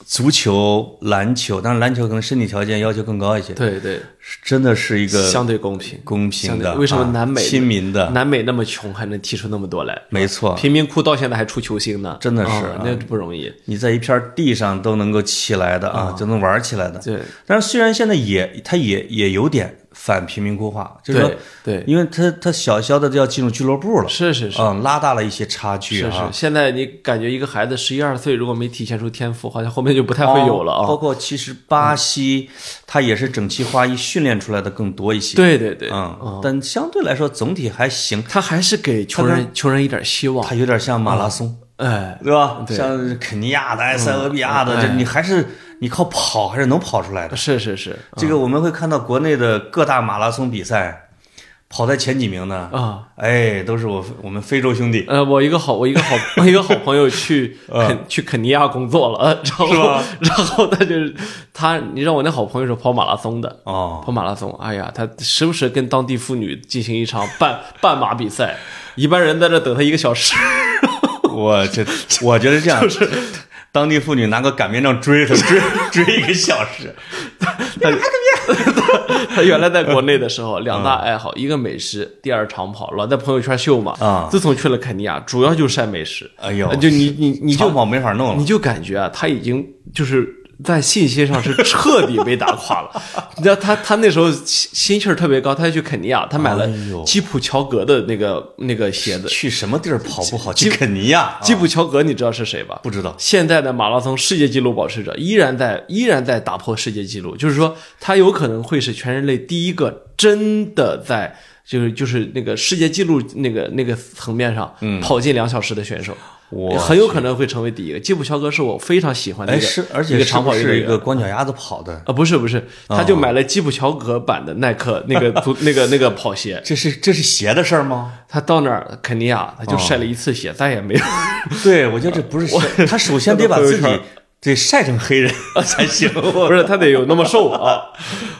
足球、篮球，当然篮球可能身体条件要求更高一些，对对，是真的是一个相对公平，公平相对的，为什么啊南美亲民的？南美那么穷还能踢出那么多来？没错，贫民窟到现在还出球星呢，啊真的是啊啊那不容易。你在一片地上都能够起来的啊，就能玩起来的。对但是虽然现在也，它也也有点反贫民窟化，就是说对，对，因为它它小小的就要进入俱乐部了，是是是嗯，拉大了一些差距是是啊。。现在你感觉一个孩子十一二岁，如果没体现出天赋，好像后面就不太会有了哦包啊。括其实巴西，它也是整齐划一训练出来的更多一些。，对对哦对，嗯，但相对来说总体还行。他还是给穷人穷人一点希望。它有点像马拉松，哎，对吧？像肯尼亚嗯的、埃塞俄比亚的，这你还是你靠跑还是能跑出来的。是是是这个我们会看到国内的各大马拉松比赛，跑在前几名的，啊。哎，都是我我们非洲兄弟。呃，我一个好，我一个好，我一个好朋 友去肯去肯尼亚工作了，呃然嗯是后吧 然后他就是他，你知道我那好朋友是跑马拉松的，哦，跑马拉松，哎呀，他时不时跟当地妇女进行一场半半马比赛，一般人在这等他一个小时， 我这我觉得这样，当地妇女拿个擀面杖追他，追追一个小时。他原来在国内的时候，两嗯大爱好，一个美食，第二长跑，老在朋友圈秀嘛。啊自从去了肯尼亚，主要就晒美食。哎呦就你你 你就长跑没法弄你了。就感觉啊，他已经就是在信心上是彻底被打垮了。 你知道他他那时候心心气儿特别高，他就去肯尼亚，他买了哎呦基普乔格的那个那个鞋子。去什么地儿跑不好？去肯尼亚？基啊普乔格你知道是谁吧？不知道。现在的马拉松世界纪录保持者依然在依然在打破世界纪录，就是说他有可能会是全人类第一个真的在就是就是那个世界纪录那个那个层面上嗯跑进两小时的选手，哇很有可能会成为第一个。基普乔格是我非常喜欢的一哎，个，是，而一且个是长不跑运动是一员个哦光脚丫子跑的？啊，不是不是，他就买了基普乔格版的耐克 那个足那个那个跑鞋，这是这是鞋的事儿吗？他到那儿肯尼亚哦他就晒了一次鞋，再也没有。 对，我觉啊得这不是鞋。他首先得把自朋友己得晒成黑人 才 行。不是他得有那么瘦啊，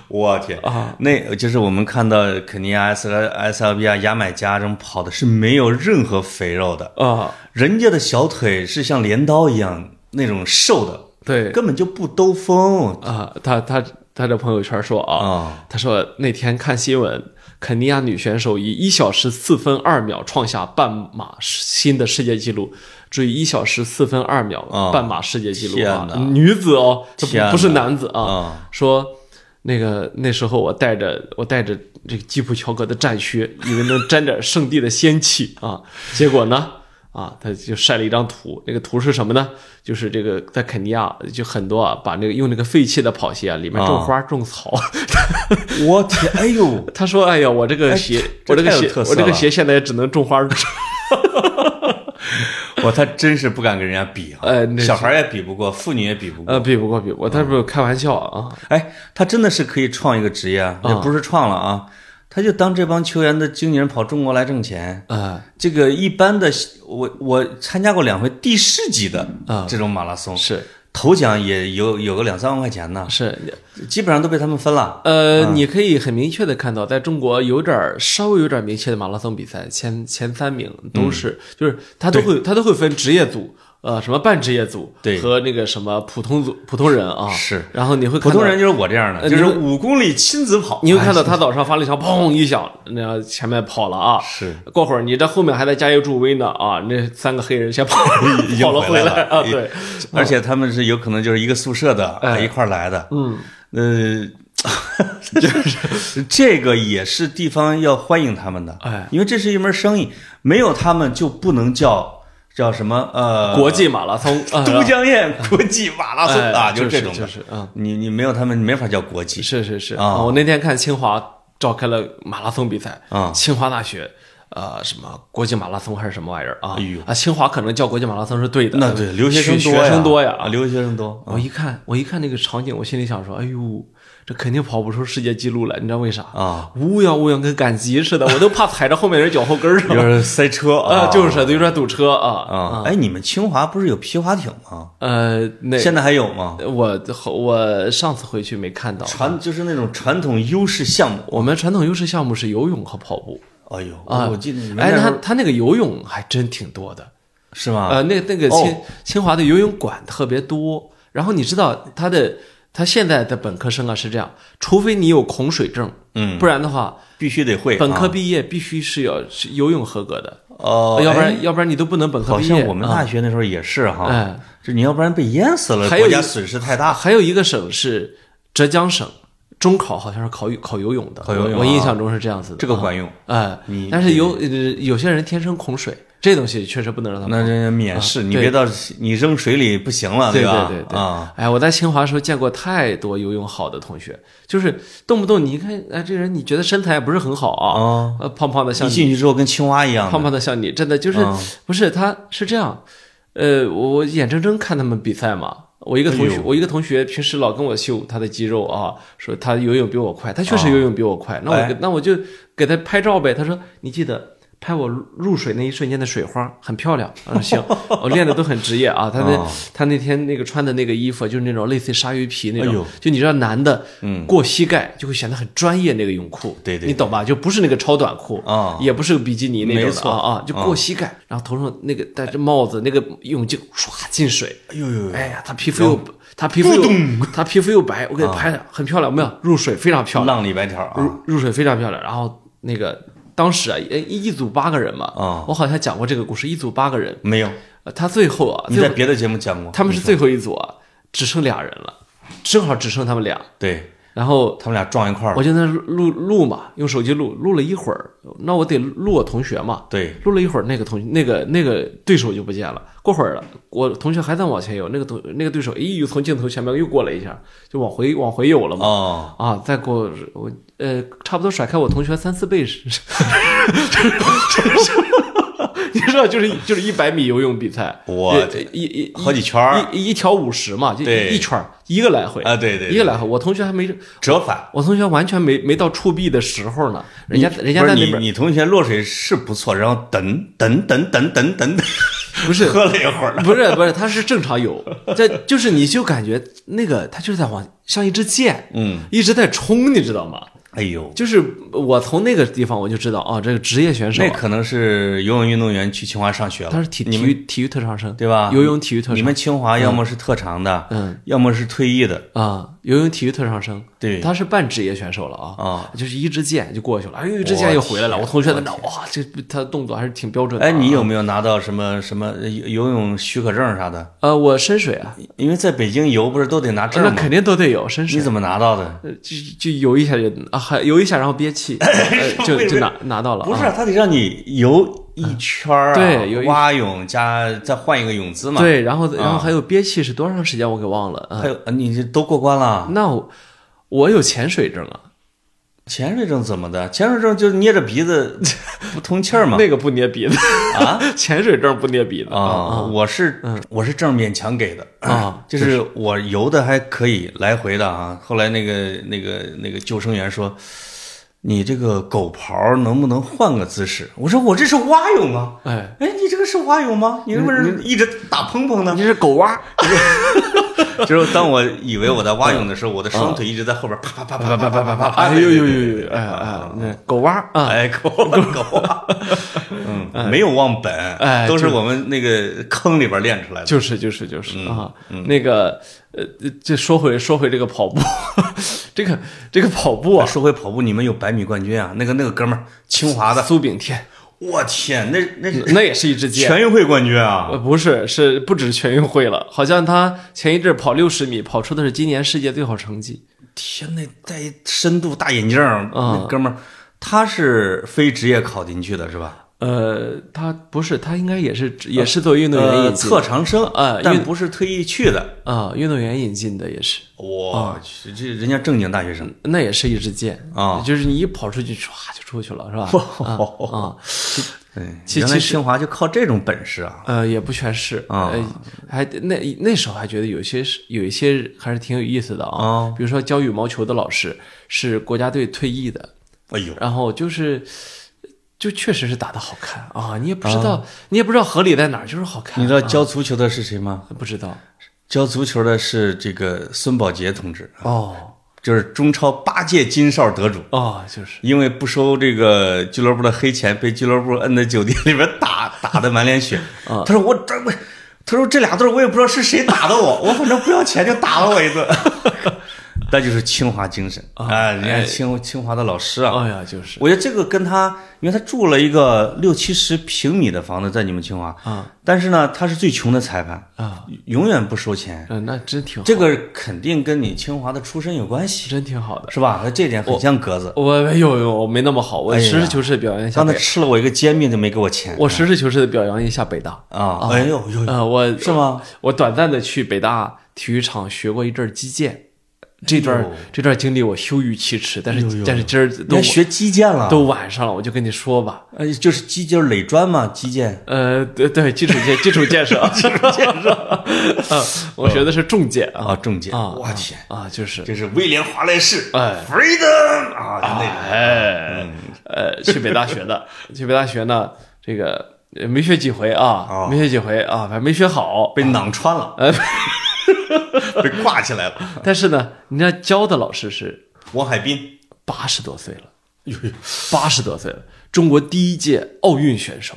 我天啊！那就是我们看到肯尼亚、埃塞俄埃塞俄比亚、啊牙买加这种跑的是没有任何肥肉的，啊，人家的小腿是像镰刀一样那种瘦的，对根本就不兜风啊，他他他这朋友圈说啊，啊！他说那天看新闻，肯尼亚女选手以一小时四分二秒创下半马新的世界纪录。注意，一小时四分二秒啊半马世界纪录天啊哪，女子哦，这天不哪不是男子啊。啊说那个那时候我带着我带着这个吉普乔格的战靴，以为能沾点圣地的仙气啊，结果呢？啊，他就晒了一张图，那个图是什么呢？就是这个在肯尼亚就很多啊，把那个用那个废弃的跑鞋啊，里面种啊花种草。我天，哎呦，他说：“哎呀，我这个鞋，这我这个太有鞋，特色我这个了鞋现在只能种花儿。 我他真是不敢跟人家比啊哎那！是小孩也比不过，妇女也比不过。 呃，比不过，比不过，他不是开玩笑啊。哎，他真的是可以创一个职业啊！也不是创了啊，他就当这帮球员的经纪人跑中国来挣钱。啊、这个一般的，我我参加过两回地市级的啊这种马拉松，是头奖也有有个两三万块钱呢，是，基本上都被他们分了。呃，你可以很明确的看到，在中国有点儿稍微有点儿明确的马拉松比赛，前前三名都是，就是他都会他都会分职业组，呃，什么半职业组，对和那个什么普通组普通人啊，是然后你会看普到通人。就是我这样的，呃就是你会五公里亲子跑，你会看到他早上发了一枪，砰一响，那前面跑了啊！是过会儿你这后面还在加油助威呢啊！那三个黑人先跑已经跑了 回来了来哎啊！对，哎而且他们是有可能就是一个宿舍的、啊一块儿来的，嗯，呃， 就是这个也是地方要欢迎他们的，哎，因为这是一门生意，没有他们就不能叫叫什么呃国际马拉松，啊都江堰国际马拉松哎啊，就是这种就的是嗯，你你没有他们，你没法叫国际，是是是啊我那天看清华召开了马拉松比赛啊清华大学。呃，什么国际马拉松还是什么玩意儿啊？哎呦啊，清华可能叫国际马拉松是对的，那对，留学生学多呀，生多呀啊，。留学生多。 我一看，我一看那个场景，我心里想说，哎呦，这肯定跑不出世界纪录来，你知道为啥啊？乌泱乌泱跟赶集似的，我都怕踩着后面人脚后跟儿有上。点塞车啊，啊，就是有点堵车啊。啊。哎，你们清华不是有皮划艇吗？呃，那现在还有吗？我我上次回去没看到，传就是那种传统优势项目。我们传统优势项目是游泳和跑步。哎呦，啊，我记得你们哎，那时他候他那个游泳还真挺多的，是吗？呃，那那个哦清清华的游泳馆特别多，然后你知道他的他现在的本科生啊是这样，除非你有恐水症，嗯，不然的话，必须得会本科啊毕业必须是要是游泳合格的，哦，要不哎然要不然你都不能本科好毕像业。我们哦啊大学那时候也是哈哎，就你要不然被淹死了，还有国家一损失太大。还有一个省是浙江省，中考好像是考考游泳的，考游泳我啊印象中是这样子的。这个啊管用，哎你，但是有呃有些人天生恐水，这东西确实不能让他碰。那这免试，你对别到你扔水里不行了，对吧？对对啊，哎，我在清华的时候见过太多游泳好的同学，就是动不动你一看，哎，这人你觉得身材不是很好啊，啊，呃，胖胖的像一你，进去之后跟青蛙一样的，胖胖的像你，真的就是、嗯不是他是这样，呃，我眼睁睁看他们比赛嘛。我一个同哎学，呦我一个同学平时老跟我秀他的肌肉啊，说他游泳比我快，他确实游泳比我快。那我、啊哎那我就给他拍照呗。他说你记得拍我入入水那一瞬间的水花，很漂亮。我说 行，我练的都很职业啊。他那、哦他那天那个穿的那个衣服就是那种类似于鲨鱼皮那哎种，呦就你知道男的嗯过膝盖就会显得很专业那个泳裤，对对你懂吧？就不是那个超短裤啊也不是比基尼那没种的错啊啊，就过膝盖，然后头上那个戴着帽子，那个泳镜唰进水，哎呦呦，哎呀，他皮肤又他皮肤又他皮肤又白，我给他拍的很漂啊亮，有没有入水非常漂亮，浪里白条啊，入入水非常漂亮。然后那个当时啊，一一组八个人嘛，啊我好像讲过这个故事，一组八个人，没有，呃他最后啊，你最在后别的节目讲过，他们是最后一组啊，只剩俩人了，正好只剩他们俩，对然后他们俩撞一块儿了我，就在那录录嘛，用手机录，录了一会儿，那我得录我同学嘛，对，录了一会儿，那个同那个那个对手就不见了。过会儿了，我同学还在往前游，那个同那个对手，咦，又从镜头前面又过了一下，就往回往回游了嘛。哦，啊，再给我我呃，差不多甩开我同学三四倍是，你知道，就是就是一百米游泳比赛，我一一一好几圈儿一一条五十嘛，就对一圈儿一个来回啊对对对一个来回。我同学还没折返。我同学完全没没到触壁的时候呢，人家人家不在是那你，边你同学落水是不错，然后等等等等等等等，不是喝了一会儿，不是不是，他是正常游，这就是你就感觉那个他就是在往像一支箭，嗯，一直在冲，你知道吗？哎呦，就是我从那个地方我就知道哦，这个职业选手那可能是游泳运动员去清华上学了，他是体你体们育体育特长生对吧？游泳体育特你长们清华要么是特长的，嗯，要么是退役的，啊，游泳体育特长生，对他是半职业选手了啊啊，就是一支箭就过去了，哎呦，一支箭又回来了。我同学在那哇，这他的动作还是挺标准的啊。哎，你有没有拿到什么什么游游泳许可证啥的？呃，我深水啊，因为在北京游不是都得拿证那吗？肯定都得有深水你。怎么拿到的？呃就就游一下就啊，还游一下，然后 憋气，呃就为就拿拿到了。不是啊，他得让你游一圈儿啊，对游一蛙泳加再换一个泳姿嘛。，对，然后然后还有憋气是多长时间，我给忘了啊还。有你这都过关了。那我我有潜水证啊，潜水证怎么的？潜水证就是捏着鼻 子不通气儿嘛。那个不捏鼻子啊， 潜水证不捏鼻子啊，我是我是证勉强给的啊就是我游的还可以，来回的啊。后来那个那个那个救生员说，你这个狗刨能不能换个姿势？我说我这是蛙泳啊。哎，哎，你这个是蛙泳吗？你是不是一直打砰砰呢你？是狗蛙，就是当我以为我在蛙泳的时候，我的双腿一直在后边啪啪啪啪啪啪啪啪啪。哎呦呦呦呦，哎哎，那狗蛙啊，哎，狗狗啊，嗯，没有忘本，哎都是我们那个坑里边练出来的。就是就是就是啊，那个呃，这说回说回这个跑步， 这个这个跑步啊，说回跑步，你们有百米冠军啊？那个那个哥们儿，清华的，苏炳添我天，那那是那也是一支箭，全运会冠军啊！呃，不是，是不止全运会了，好像他前一阵跑六十米，跑出的是今年世界最好成绩。天，那戴深度大眼镜儿，那哥们儿他是非职业考进去的是吧？呃，他不是，他应该也是也是作为运动员啊呃引进的特长生啊但运不是特意去的。啊、运动员引进的也是，我去，这人家正经大学生，那也是一支箭啊就是你一跑出去，唰就出去了，是吧？啊 哦啊，哎，其原来其实清华就靠这种本事啊！呃，也不全是啊呃，还那那时候还觉得有些是有一些还是挺有意思的啊，啊比如说教羽毛球的老师是国家队退役的，哎呦，然后就是，就确实是打的好看啊，你也不知道，你也不知道合理在哪儿，就是好看。你知道教足球的是谁吗？不知道教足球的是这个孙宝杰同志，哦就是中超八届金哨得主。哦，就是因为不收这个俱乐部的黑钱，被俱乐部摁在酒店里边打，打的满脸 血。啊他说我这我，他说这俩字儿我也不知道是谁打的我，我反正不要钱就打了我一顿。 那就是清华精神啊啊！人家哎清清华的老师啊，哎呀，就是我觉得这个跟他，因为他住了一个六七十平米的房子在你们清华，啊但是呢，他是最穷的裁判，啊，永远不收钱，嗯，那真挺好这个肯定跟你清华的出身有关系，真挺好的。是吧？那这点很像格子，我没有有我没那么好，我哎呀实事求是的表扬一下刚才北，吃了我一个煎饼就没给我钱我实事求是的表扬一下北大。啊！哎呦呦，呃，我是吗？我短暂的去北大体育场学过一阵儿击剑，这段哎儿、这段经历我羞于启齿，但是、但是今儿你都还学击剑了？都晚上了，我就跟你说吧。呃，就是击就是垒砖嘛，击剑。呃，对对，基础建基础建 设，基础建设， 嗯，我学的是重剑啊啊，中箭！啊我天，啊，就是这是威廉·华莱士，哎，freedom 啊，就那种哎，呃，去北大学的，去北大学呢，这个呃没学几回啊哦，没学几回啊，反正没学好。被囊穿了，呃，被挂起来 了。但是呢，人家教的老师是王海滨，八十多岁了，哎八十多岁了，中国第一届奥运选手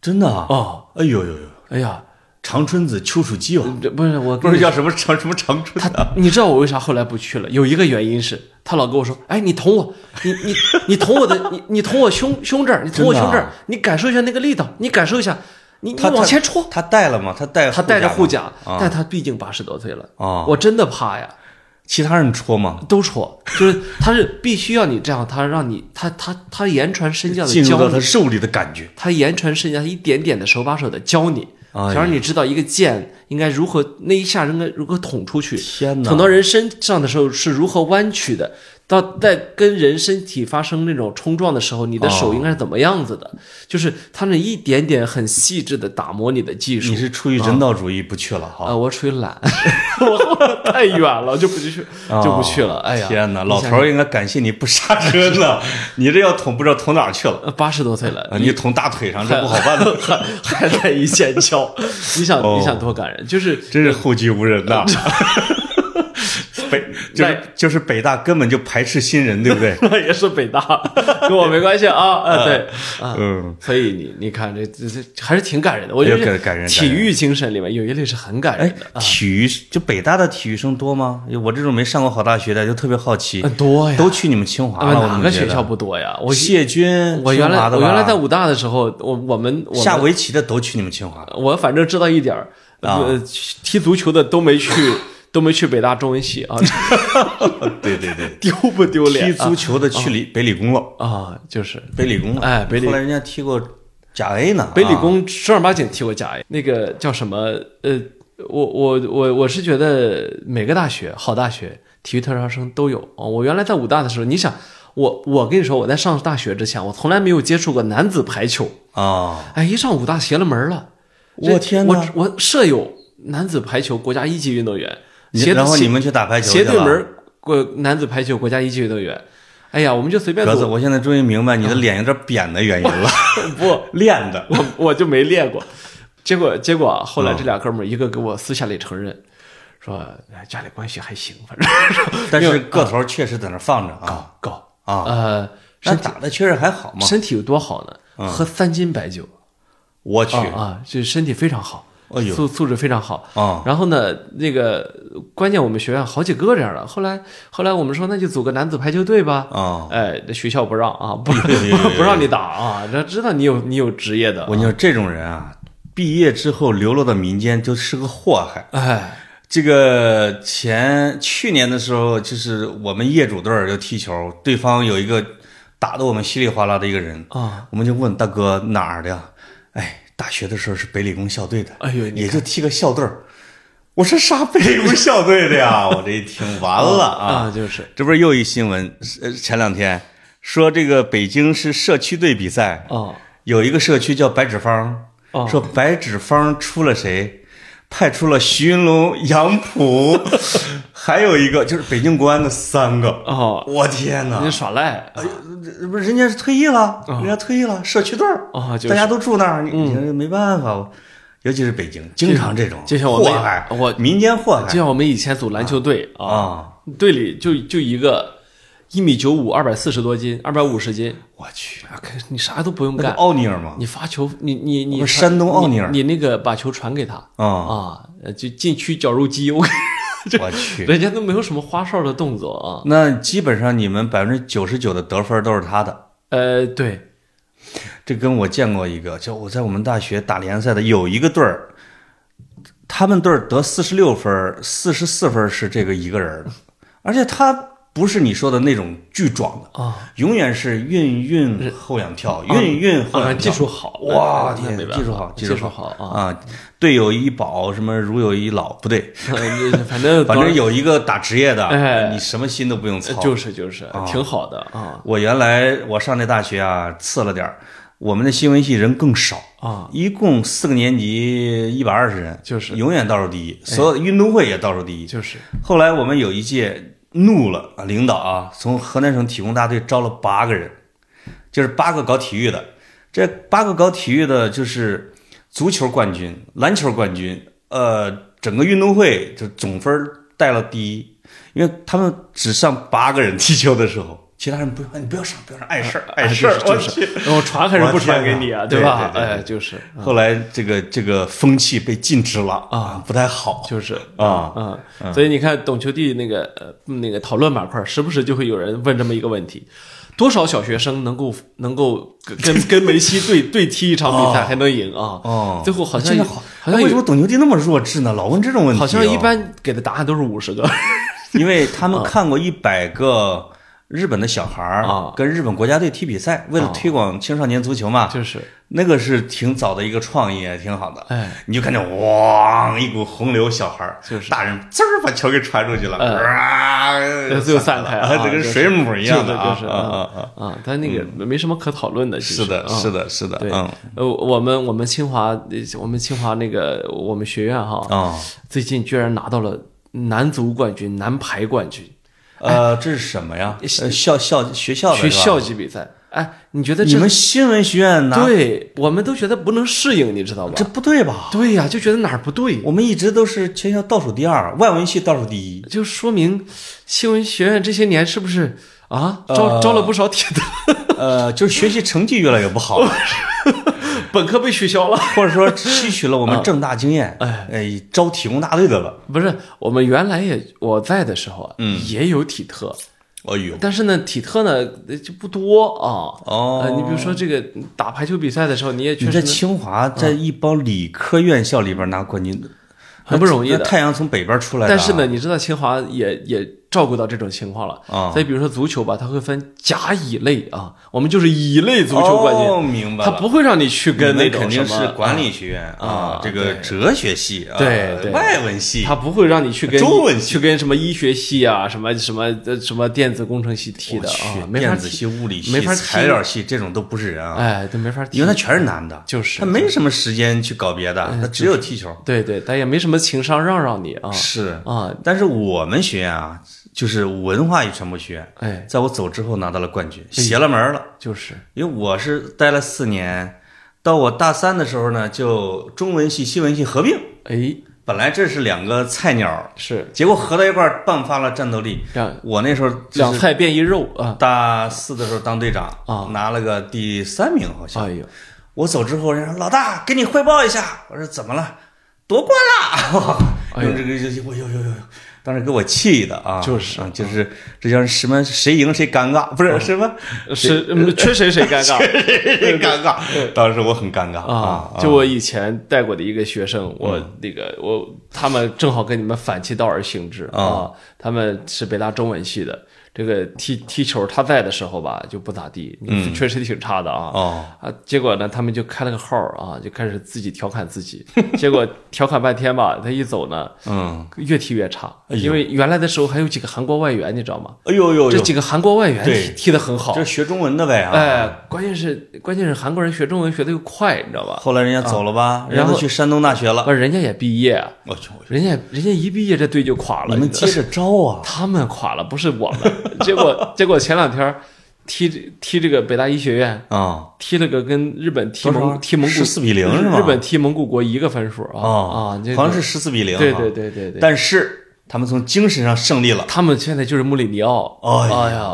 真的啊！哦，哎呦呦呦，哎呀，长春子丘处机王，这不是我嗯跟不你是叫什么长什么长春他啊？你知道我为啥后来不去了？有一个原因是，他老跟我说：“哎，你捅我，你你你捅我的，你你捅我胸胸这儿，你捅我胸这真的儿啊，你感受一下那个力道，你感受一下，你你他往前戳。他带了吗？他带”他带着护甲甲，但他毕竟八十多岁了，啊我真的怕呀，吗，其他人戳吗？都戳，就是他是必须要你这样，他让你他他他言传身教进的入教到你他，肉里的感觉。他言传身教，他一点点的手把手的教你，哎呀想让你知道一个箭应该如何那一下应该如何捅出去，天哪！捅到人身上的时候是如何弯曲的，到在跟人身体发生那种冲撞的时候，你的哦手应该是怎么样子的？就是他们一点点很细致的打磨你的技术你。是出于人道主义不去了哈？啊，我属于懒，我 太远了，就不去，哦就不去了。哎呀，天哪！老头儿应该感谢你不刹车 呢，你这要捅不知道捅哪儿去了。八十多岁啊，了，你捅大腿上这 不好办 的，还还在一线教，你想哦你想多感人， 就是？真是后继无人呐。北就是就是北大根本就排斥新人，对不对 那也是北大，跟我没 关系啊。啊，对啊，嗯，所以你你看这这这还是挺感人的，我觉得有这感感人体育精神里面有一类是很感哎人的，，体育就北大的体育生多吗？哎我这种没上过好大学的就特别好奇嗯，多呀，都去你们清华啊哎了，我哪怎个么觉学得校？不多呀？我谢军，我原清华来的我吧原来在武大的时候，我我们我下们围棋的都去你们清华了我反正知道一点儿，啊呃，踢足球的都没去都没去北大中文系啊，对对对，丢不丢踢脸啊足球的去理北理工了，啊？就是北理工了，哎北理后来人家踢过甲 A 呢，北理啊工正儿八经踢过甲 A，那个叫什么？呃，我我我我是觉得每个大学好大学体育特长生都有啊、我原来在武大的时候，你想我我跟你说，我在上大学之前，我从来没有接触过男子排球。啊，哎，一上武大邪了门了！我这天我哪我舍友男子排球国家一级运动员，你斜然后斜你们去打排球去斜对了门儿国男子排球国家一级运动员。哎呀，我们就随便格子，组我现在终于明白你的脸有点扁的原因了，啊 不。练的。我 我就没练过。结果结果啊后嗯来这俩哥们儿一个给我私下里承认，说哎家里关系还行，反正但是个头确实在那儿放着啊高啊，呃那身打的确实还好嘛。身体有多好呢？喝三斤白酒我去啊啊，这身体非常好哎，呦素素质非常好。啊，然后呢，那个关键我们学院好几个这样的。后来后来我们说那就组个男子排球队吧。啊！哎，这学校不让啊，不哎呦 不不让你打啊，这知道你有你有职业的我跟啊，你说，这种人啊，毕业之后流落到民间就是个祸害。哎，这个前去年的时候，就是我们业主队儿就踢球，对方有一个打的我们稀里哗啦的一个人啊，我们就问大哥哪儿的呀？哎，大学的时候是北理工校队的，哎呦你也就踢个校队儿。我说啥北理工校队的呀？ 我这一听完了啊，啊，就是这不是又一新闻？呃，前两天说这个北京市社区队比赛，啊有一个社区叫白纸坊，哦说白纸坊出了谁？派出了徐云龙、杨浦， 还有一个就是北京国安的三个。哦，我天哪！你耍赖哎呦，不是人家退役了，人家退役了，社区队儿啊就是嗯大家都住那儿，你你这没办法。尤其是北京，经常这种就像我祸们害，我民间祸就害像我们以前组篮球队啊，啊！队里就就一个一米九五，二百四十多斤，二百五十斤，我去，啊可你啥都不用哎那不干，奥尼尔吗？你发球，你你我你们山东奥尼尔你你那个把球传给他啊啊，呃就禁区绞肉机，我跟我去，人家都没有什么花哨的动作啊。那基本上你们百分之九十九的得分都是他的。呃，对，这跟我见过一个，就我在我们大学打联赛的有一个队儿，他们队儿得四十六分，四十四分是这个一个人儿的，而且他不是你说的那种巨壮的，啊，永远是运运后仰跳，运运后啊仰技跳。术好，哇那天没办法技术好技技术术好 啊。啊，队友一宝，什么如有一老，不对，呃你 反正反正有一个打职业的，哎你什么心都不用操。就是就是，挺好的啊我原来我上这大学啊，次了点儿，我们的新闻系人更少，啊，一共四个年级一百二十人，就是哎永远倒数第一，所有的运动会也倒数第一。就是后来我们有一届怒了啊，领导啊，从河南省体工大队招了八个人，就是八个搞体育的，这八个搞体育的就是足球冠军、篮球冠军，呃，整个运动会就总分带了第一，因为他们只上八个人踢球的时候。其他人不要，你不要上，不要上，碍事儿，碍事儿，啊就我是去就。是，我传还是不传给你啊，我天吧啊？对对对哎，就是后来这个这个风气被禁止了啊，不太好就是。啊。啊、所以你看懂球帝那个呃那个讨论板块，时不时就会有人问这么一个问题：多少小学生能够能够跟跟 跟梅西对对踢一场比赛还能赢啊？哦最后好像现在有好，好像为有什么董球帝那么弱智呢？老问这种问题哦、好像一般给的答案都是五十个 因为他们看过一百个日本的小孩儿啊跟日本国家队踢比赛，为了推广青少年足球嘛，就是那个是挺早的一个创意，挺好的。哎，你就看见哇，一股洪流，小孩儿就是大人滋儿把球给传出去了，嗯哇、 最后散开啊啊，这跟就是水母一样的啊，就是就是啊啊啊！啊，但那个没什么可讨论的，其实是的，啊是的，是的，对嗯，呃，我们我们清华，呃我们清华那个我们学院哈，啊，最近居然拿到了男足冠军、男排冠军，呃，这是什么呀？呃校校学校的哎学是吧校级比赛。哎，你觉得你这们新闻学院拿对我们都觉得不能适应，你知道吧这？不对吧？对呀、就觉得哪儿不对，我们一直都是全校倒数第二，外文系倒数第 一。就说明新闻学院这些年是不是啊招呃招了不少铁的，呃，就是学习成绩越来越不哦好了，本科被取消了。或者说吸取了我们正大经验，嗯哎哎，招体工大队的了。不是，我们原来也我在的时候啊，嗯也有体特，哎呦，但是呢，体特呢呃就不多啊。哦呃，你比如说这个打排球比赛的时候，你也确你在实嗯清华，在一帮理科院校里边拿冠军，很不容易那的。太阳从北边出来的啊，但是呢，你知道清华也也照顾到这种情况了。啊，所以比如说足球吧，它会分甲乙类啊，我们就是乙类足球冠军，哦，明白他了。不会让你去跟你们那种肯定什么是管理学院啊这个哲学系啊，对对外文系他不会让你去跟中文系去跟什么医学系啊，什么什么呃什么电子工程系踢我的去啊，没法电子踢，系、物理系、没法踢材料系这种都不是人啊，哎，都没法踢因为。他全是男的，就是嗯他没什么时间去搞别的，他只有踢球。对对，但也没什么情商让让你啊是，啊，但是我们学院啊，就是文化与传播学院，哎，在我走之后拿到了冠军，邪了门了。就是因为我是待了四年，到我大三的时候呢，就中文系、西文系合并，哎本来这是两个菜鸟，是结果合到一块儿，迸发了战斗力。两我那时候就两是菜变一肉啊，大四的时候当队长啊拿了个第三名，好像。哎呦，我走之后，人家说老大给你汇报一下，我说怎么了？夺冠啦！ 哎呦用这个就我呦呦呦呦，当时给我气的啊，就是嗯啊就是这叫什么谁赢谁尴尬，不是什么是嗯缺谁谁尴尬。 谁尴尬，当时我很尴尬 啊嗯啊，，就我以前带过的一个学生，我那个我他们正好跟你们反其道而行之啊，他们是北大中文系的，这个踢踢球他在的时候吧就不咋地，确实挺差的啊。哦，啊，结果呢，他们就开了个号儿啊，就开始自己调侃自己，结果调侃半天吧，他一走呢，嗯，越踢越差，哎呦因为原来的时候还有几个韩国外援，你知道吗？哎呦呦这呦，几个韩国外援对踢踢得很好这，学中文的呗啊。哎，关键是关键是韩国人学中文学的又快，你知道吧？后来人家走了吧，人啊然家后都去山东大学了。不是，人家也毕业啊，我去，我去人家人家一毕业这队就垮了，你们知道接着招啊！他们垮了，不是我们。 结果结果前两天儿踢这踢这个北大医学院啊，踢了个跟日本踢多蒙少踢蒙古14比0是吗日本踢蒙古国一个分数啊哦啊，这个好像是十四比零，对对对对对，但是他们从精神上胜利了，他们现在就是穆里尼奥。哎呀哎呀，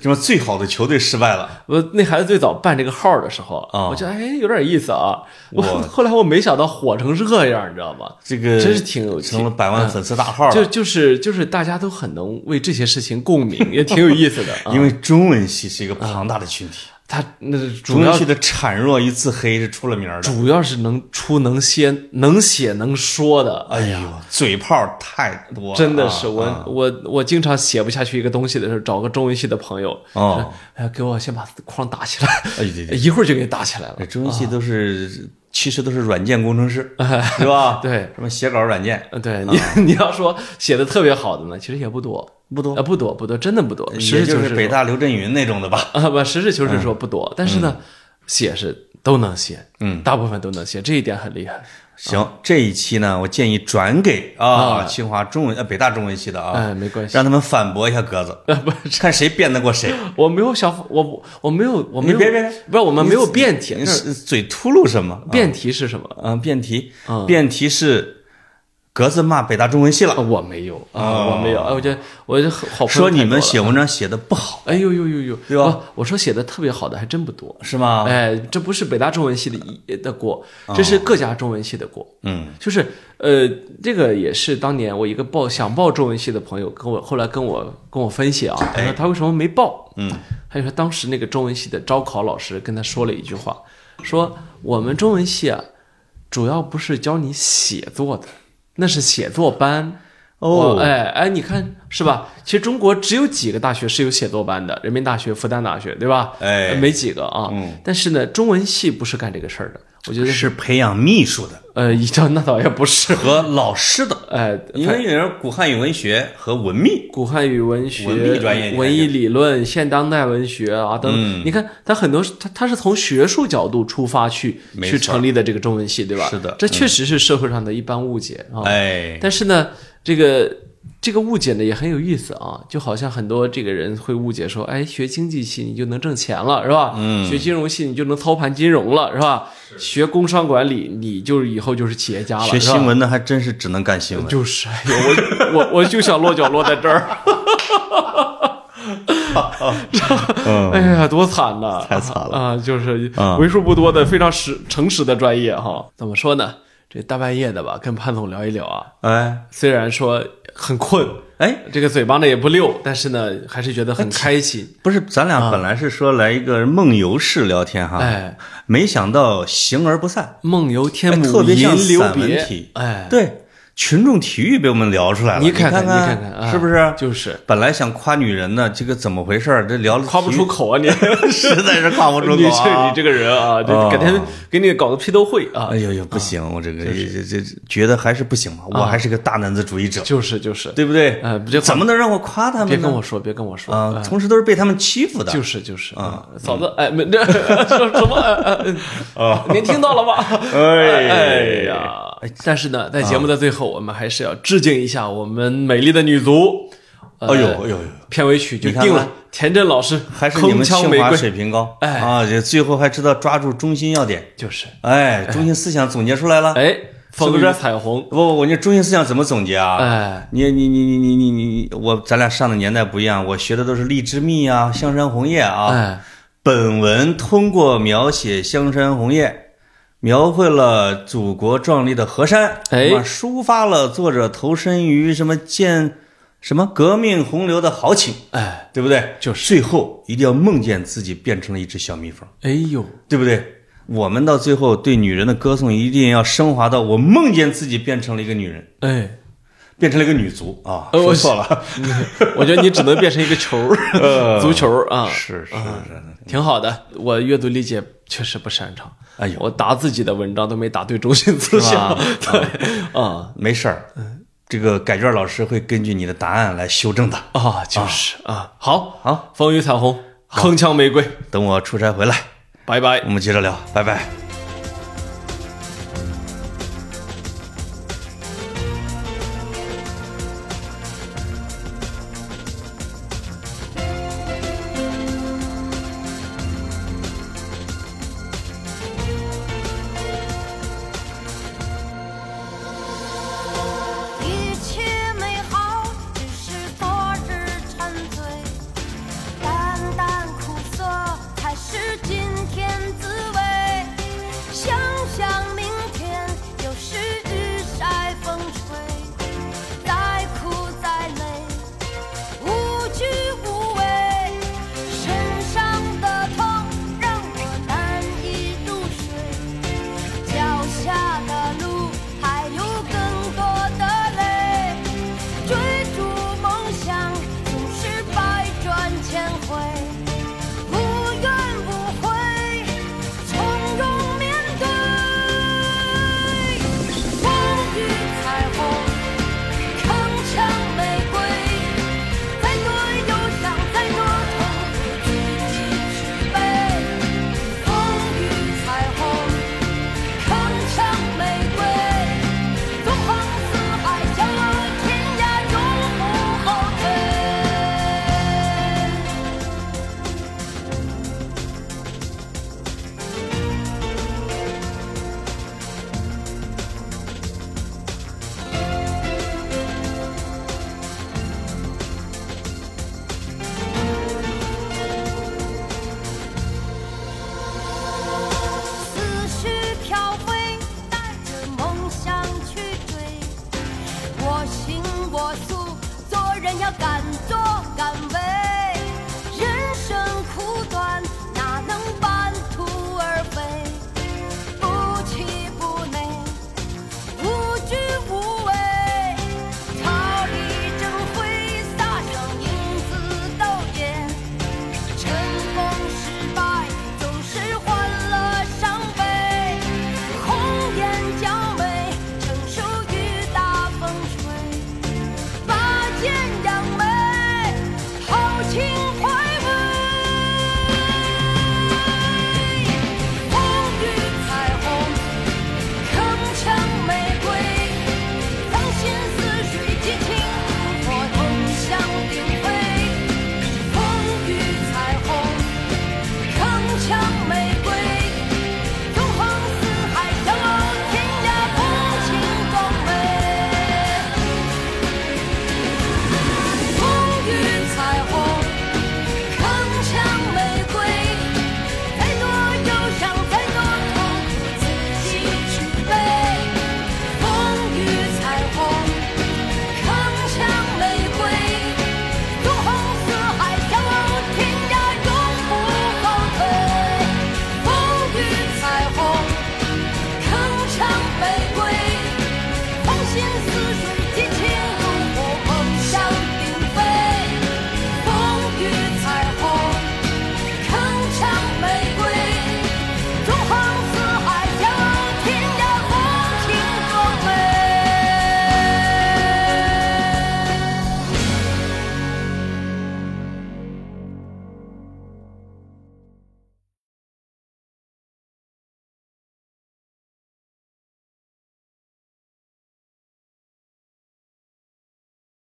什么最好的球队失败了，我那孩子最早办这个号的时候，啊我觉得哎有点意思啊。我 我后来我没想到火成这样，你知道吗？这个真是挺有嗯成了百万粉丝大号就了。就是就是大家都很能为这些事情 共鸣，也挺有意思的。啊因为中文系是一个庞大的群体，他那中嗯主文要系的孱弱与自黑是出了名儿的。主要是能出能写能写能说的，哎呦，嘴炮太多了，真的是啊我、啊我我经常写不下去一个东西的时候，找个中文系的朋友，哦，哎，给我先把框打起来，哎对对一会儿就给打起来了对，。哎中文啊系都是其实都是软件工程 师，对吧？对，什么写稿软件呃对你、 你要说写的特别好的呢，其实也不多，啊不多嗯啊、，不多不多，真的不多，实也事就求是嗯是北说大嗯刘震云那种的吧？啊，不，实事求是说不多，但是呢，写是都能写，嗯，大部分都能写，这一点很厉害。行，这一期呢，我建议转给啊清华中文呃北大中文系的啊，哎，嗯没关系，呃让他们反驳一下鸽子，看谁辩得过 谁。我没有想，我不我没有，我没你有，别别别不是我们你没有辩题，你那是嘴秃噜什么？辩题是什么？啊，辩题嗯，辩题是鸽子骂北大中文系啊了，我没有啊，哦我没有，哎，我觉得我这好好朋友说你太多们了写，文章写的不好，哎呦呦呦呦，对吧我我说写的特别好的还真不多。是吗？哎，这不是北大中文系的一呃的锅，这是各家中文系的锅。哦嗯，就是呃，这个也是当年我一个报想报中文系的朋友跟我后来跟我跟我分析啊，他哎说他为什么没报？嗯，他就说当时那个中文系的招考老师跟他说了一句话，说我们中文系啊，主要不是教你写作的，那是写作班。哦我哎哎，你看是吧？其实中国只有几个大学是有写作班的，人民大学、复旦大学，对吧？哎呃没几个啊。嗯但是呢，中文系不是干这个事儿的，我觉得是培养秘书的呃， 一叫那倒也不是。 和老师的，哎，因为有人古汉语文学和文秘，古汉语文学、文秘专业你看嗯文艺理论、现当代文学啊等，你看它很多是它它是从学术角度出发去没去错成立的这个中文系，对吧？是的嗯这确实是社会上的一般误解啊。哎，但是呢，这个这个误解呢也很有意思啊，就好像很多这个人会误解说，哎，学经济系你就能挣钱了，是吧？嗯，学金融系你就能操盘金融了，是吧？学工商管理你就以后就是企业家了，学是吧新闻的还真是只能干新闻。就是，哎呦，我 我我就想落脚落在这儿。哎呀，多惨呐！嗯太惨了啊！就是啊为数不多的非常实诚实的专业哈。怎么说呢？这大半夜的吧，跟潘总聊一聊啊。哎虽然说很困，哎，这个嘴巴呢也不溜，但是呢还是觉得很开心。不是，咱俩本来是说来一个梦游式聊天哈，啊哎，没想到形而不散。梦游天哎母特别像吟留散文别体，哎，对，群众体育被我们聊出来了，你看看你看看看，啊是不是？就是本来想夸女人呢，这个怎么回事儿？这聊了夸不体育出，口 啊你。实在是夸不出 你口这啊你！这个人啊，这哦改天给你搞个批斗会啊哎！呦呦，不行，我这个这这这觉得还是不行吧，我还是个大男子主义者，就是就是，对不对？呃这话怎么能让我夸他别们跟呢？我说，别跟我说，哎啊，同时都是被他们欺负的，就是就是啊，嗯嫂子，哎，没 这说什么？呃呃您听到了吧？啊哎啊哎呀！但是呢，在节目的最后，我们还是要致敬一下我们美丽的女足。呃哎呦哎呦哎呦，片尾曲就你看定看了，田震老师还是你铿们锵清玫华瑰，水平高，哎啊，这最后还知道抓住中心要点，就是哎，中心思想总结出来了。哎，风不雨是彩虹，不不，我那中心思想怎么总结啊？哎，你你你你你你你，我咱俩上的年代不一样，我学的都是荔枝蜜啊、香山红叶啊。哎，本文通过描写香山红叶，描绘了祖国壮丽的河山，哎那么抒发了作者投身于什么建什么革命洪流的豪情，哎，对不对？就是最后一定要梦见自己变成了一只小蜜蜂，哎呦，对不对？我们到最后对女人的歌颂一定要升华到我梦见自己变成了一个女人，哎，变成了一个女足啊，呃说我错了，我觉得你只能变成一个 球儿，足球儿啊，呃是是是，挺好的，我阅读理解确实不擅长。哎呦我答自己的文章都没答对中心思想。 对，啊没事儿，这个改卷老师会根据你的答案来修正的。啊，就是啊，好，好，风雨彩虹，铿锵玫瑰，等我出差回来，拜拜我。们接着聊，拜拜。一切美好要赶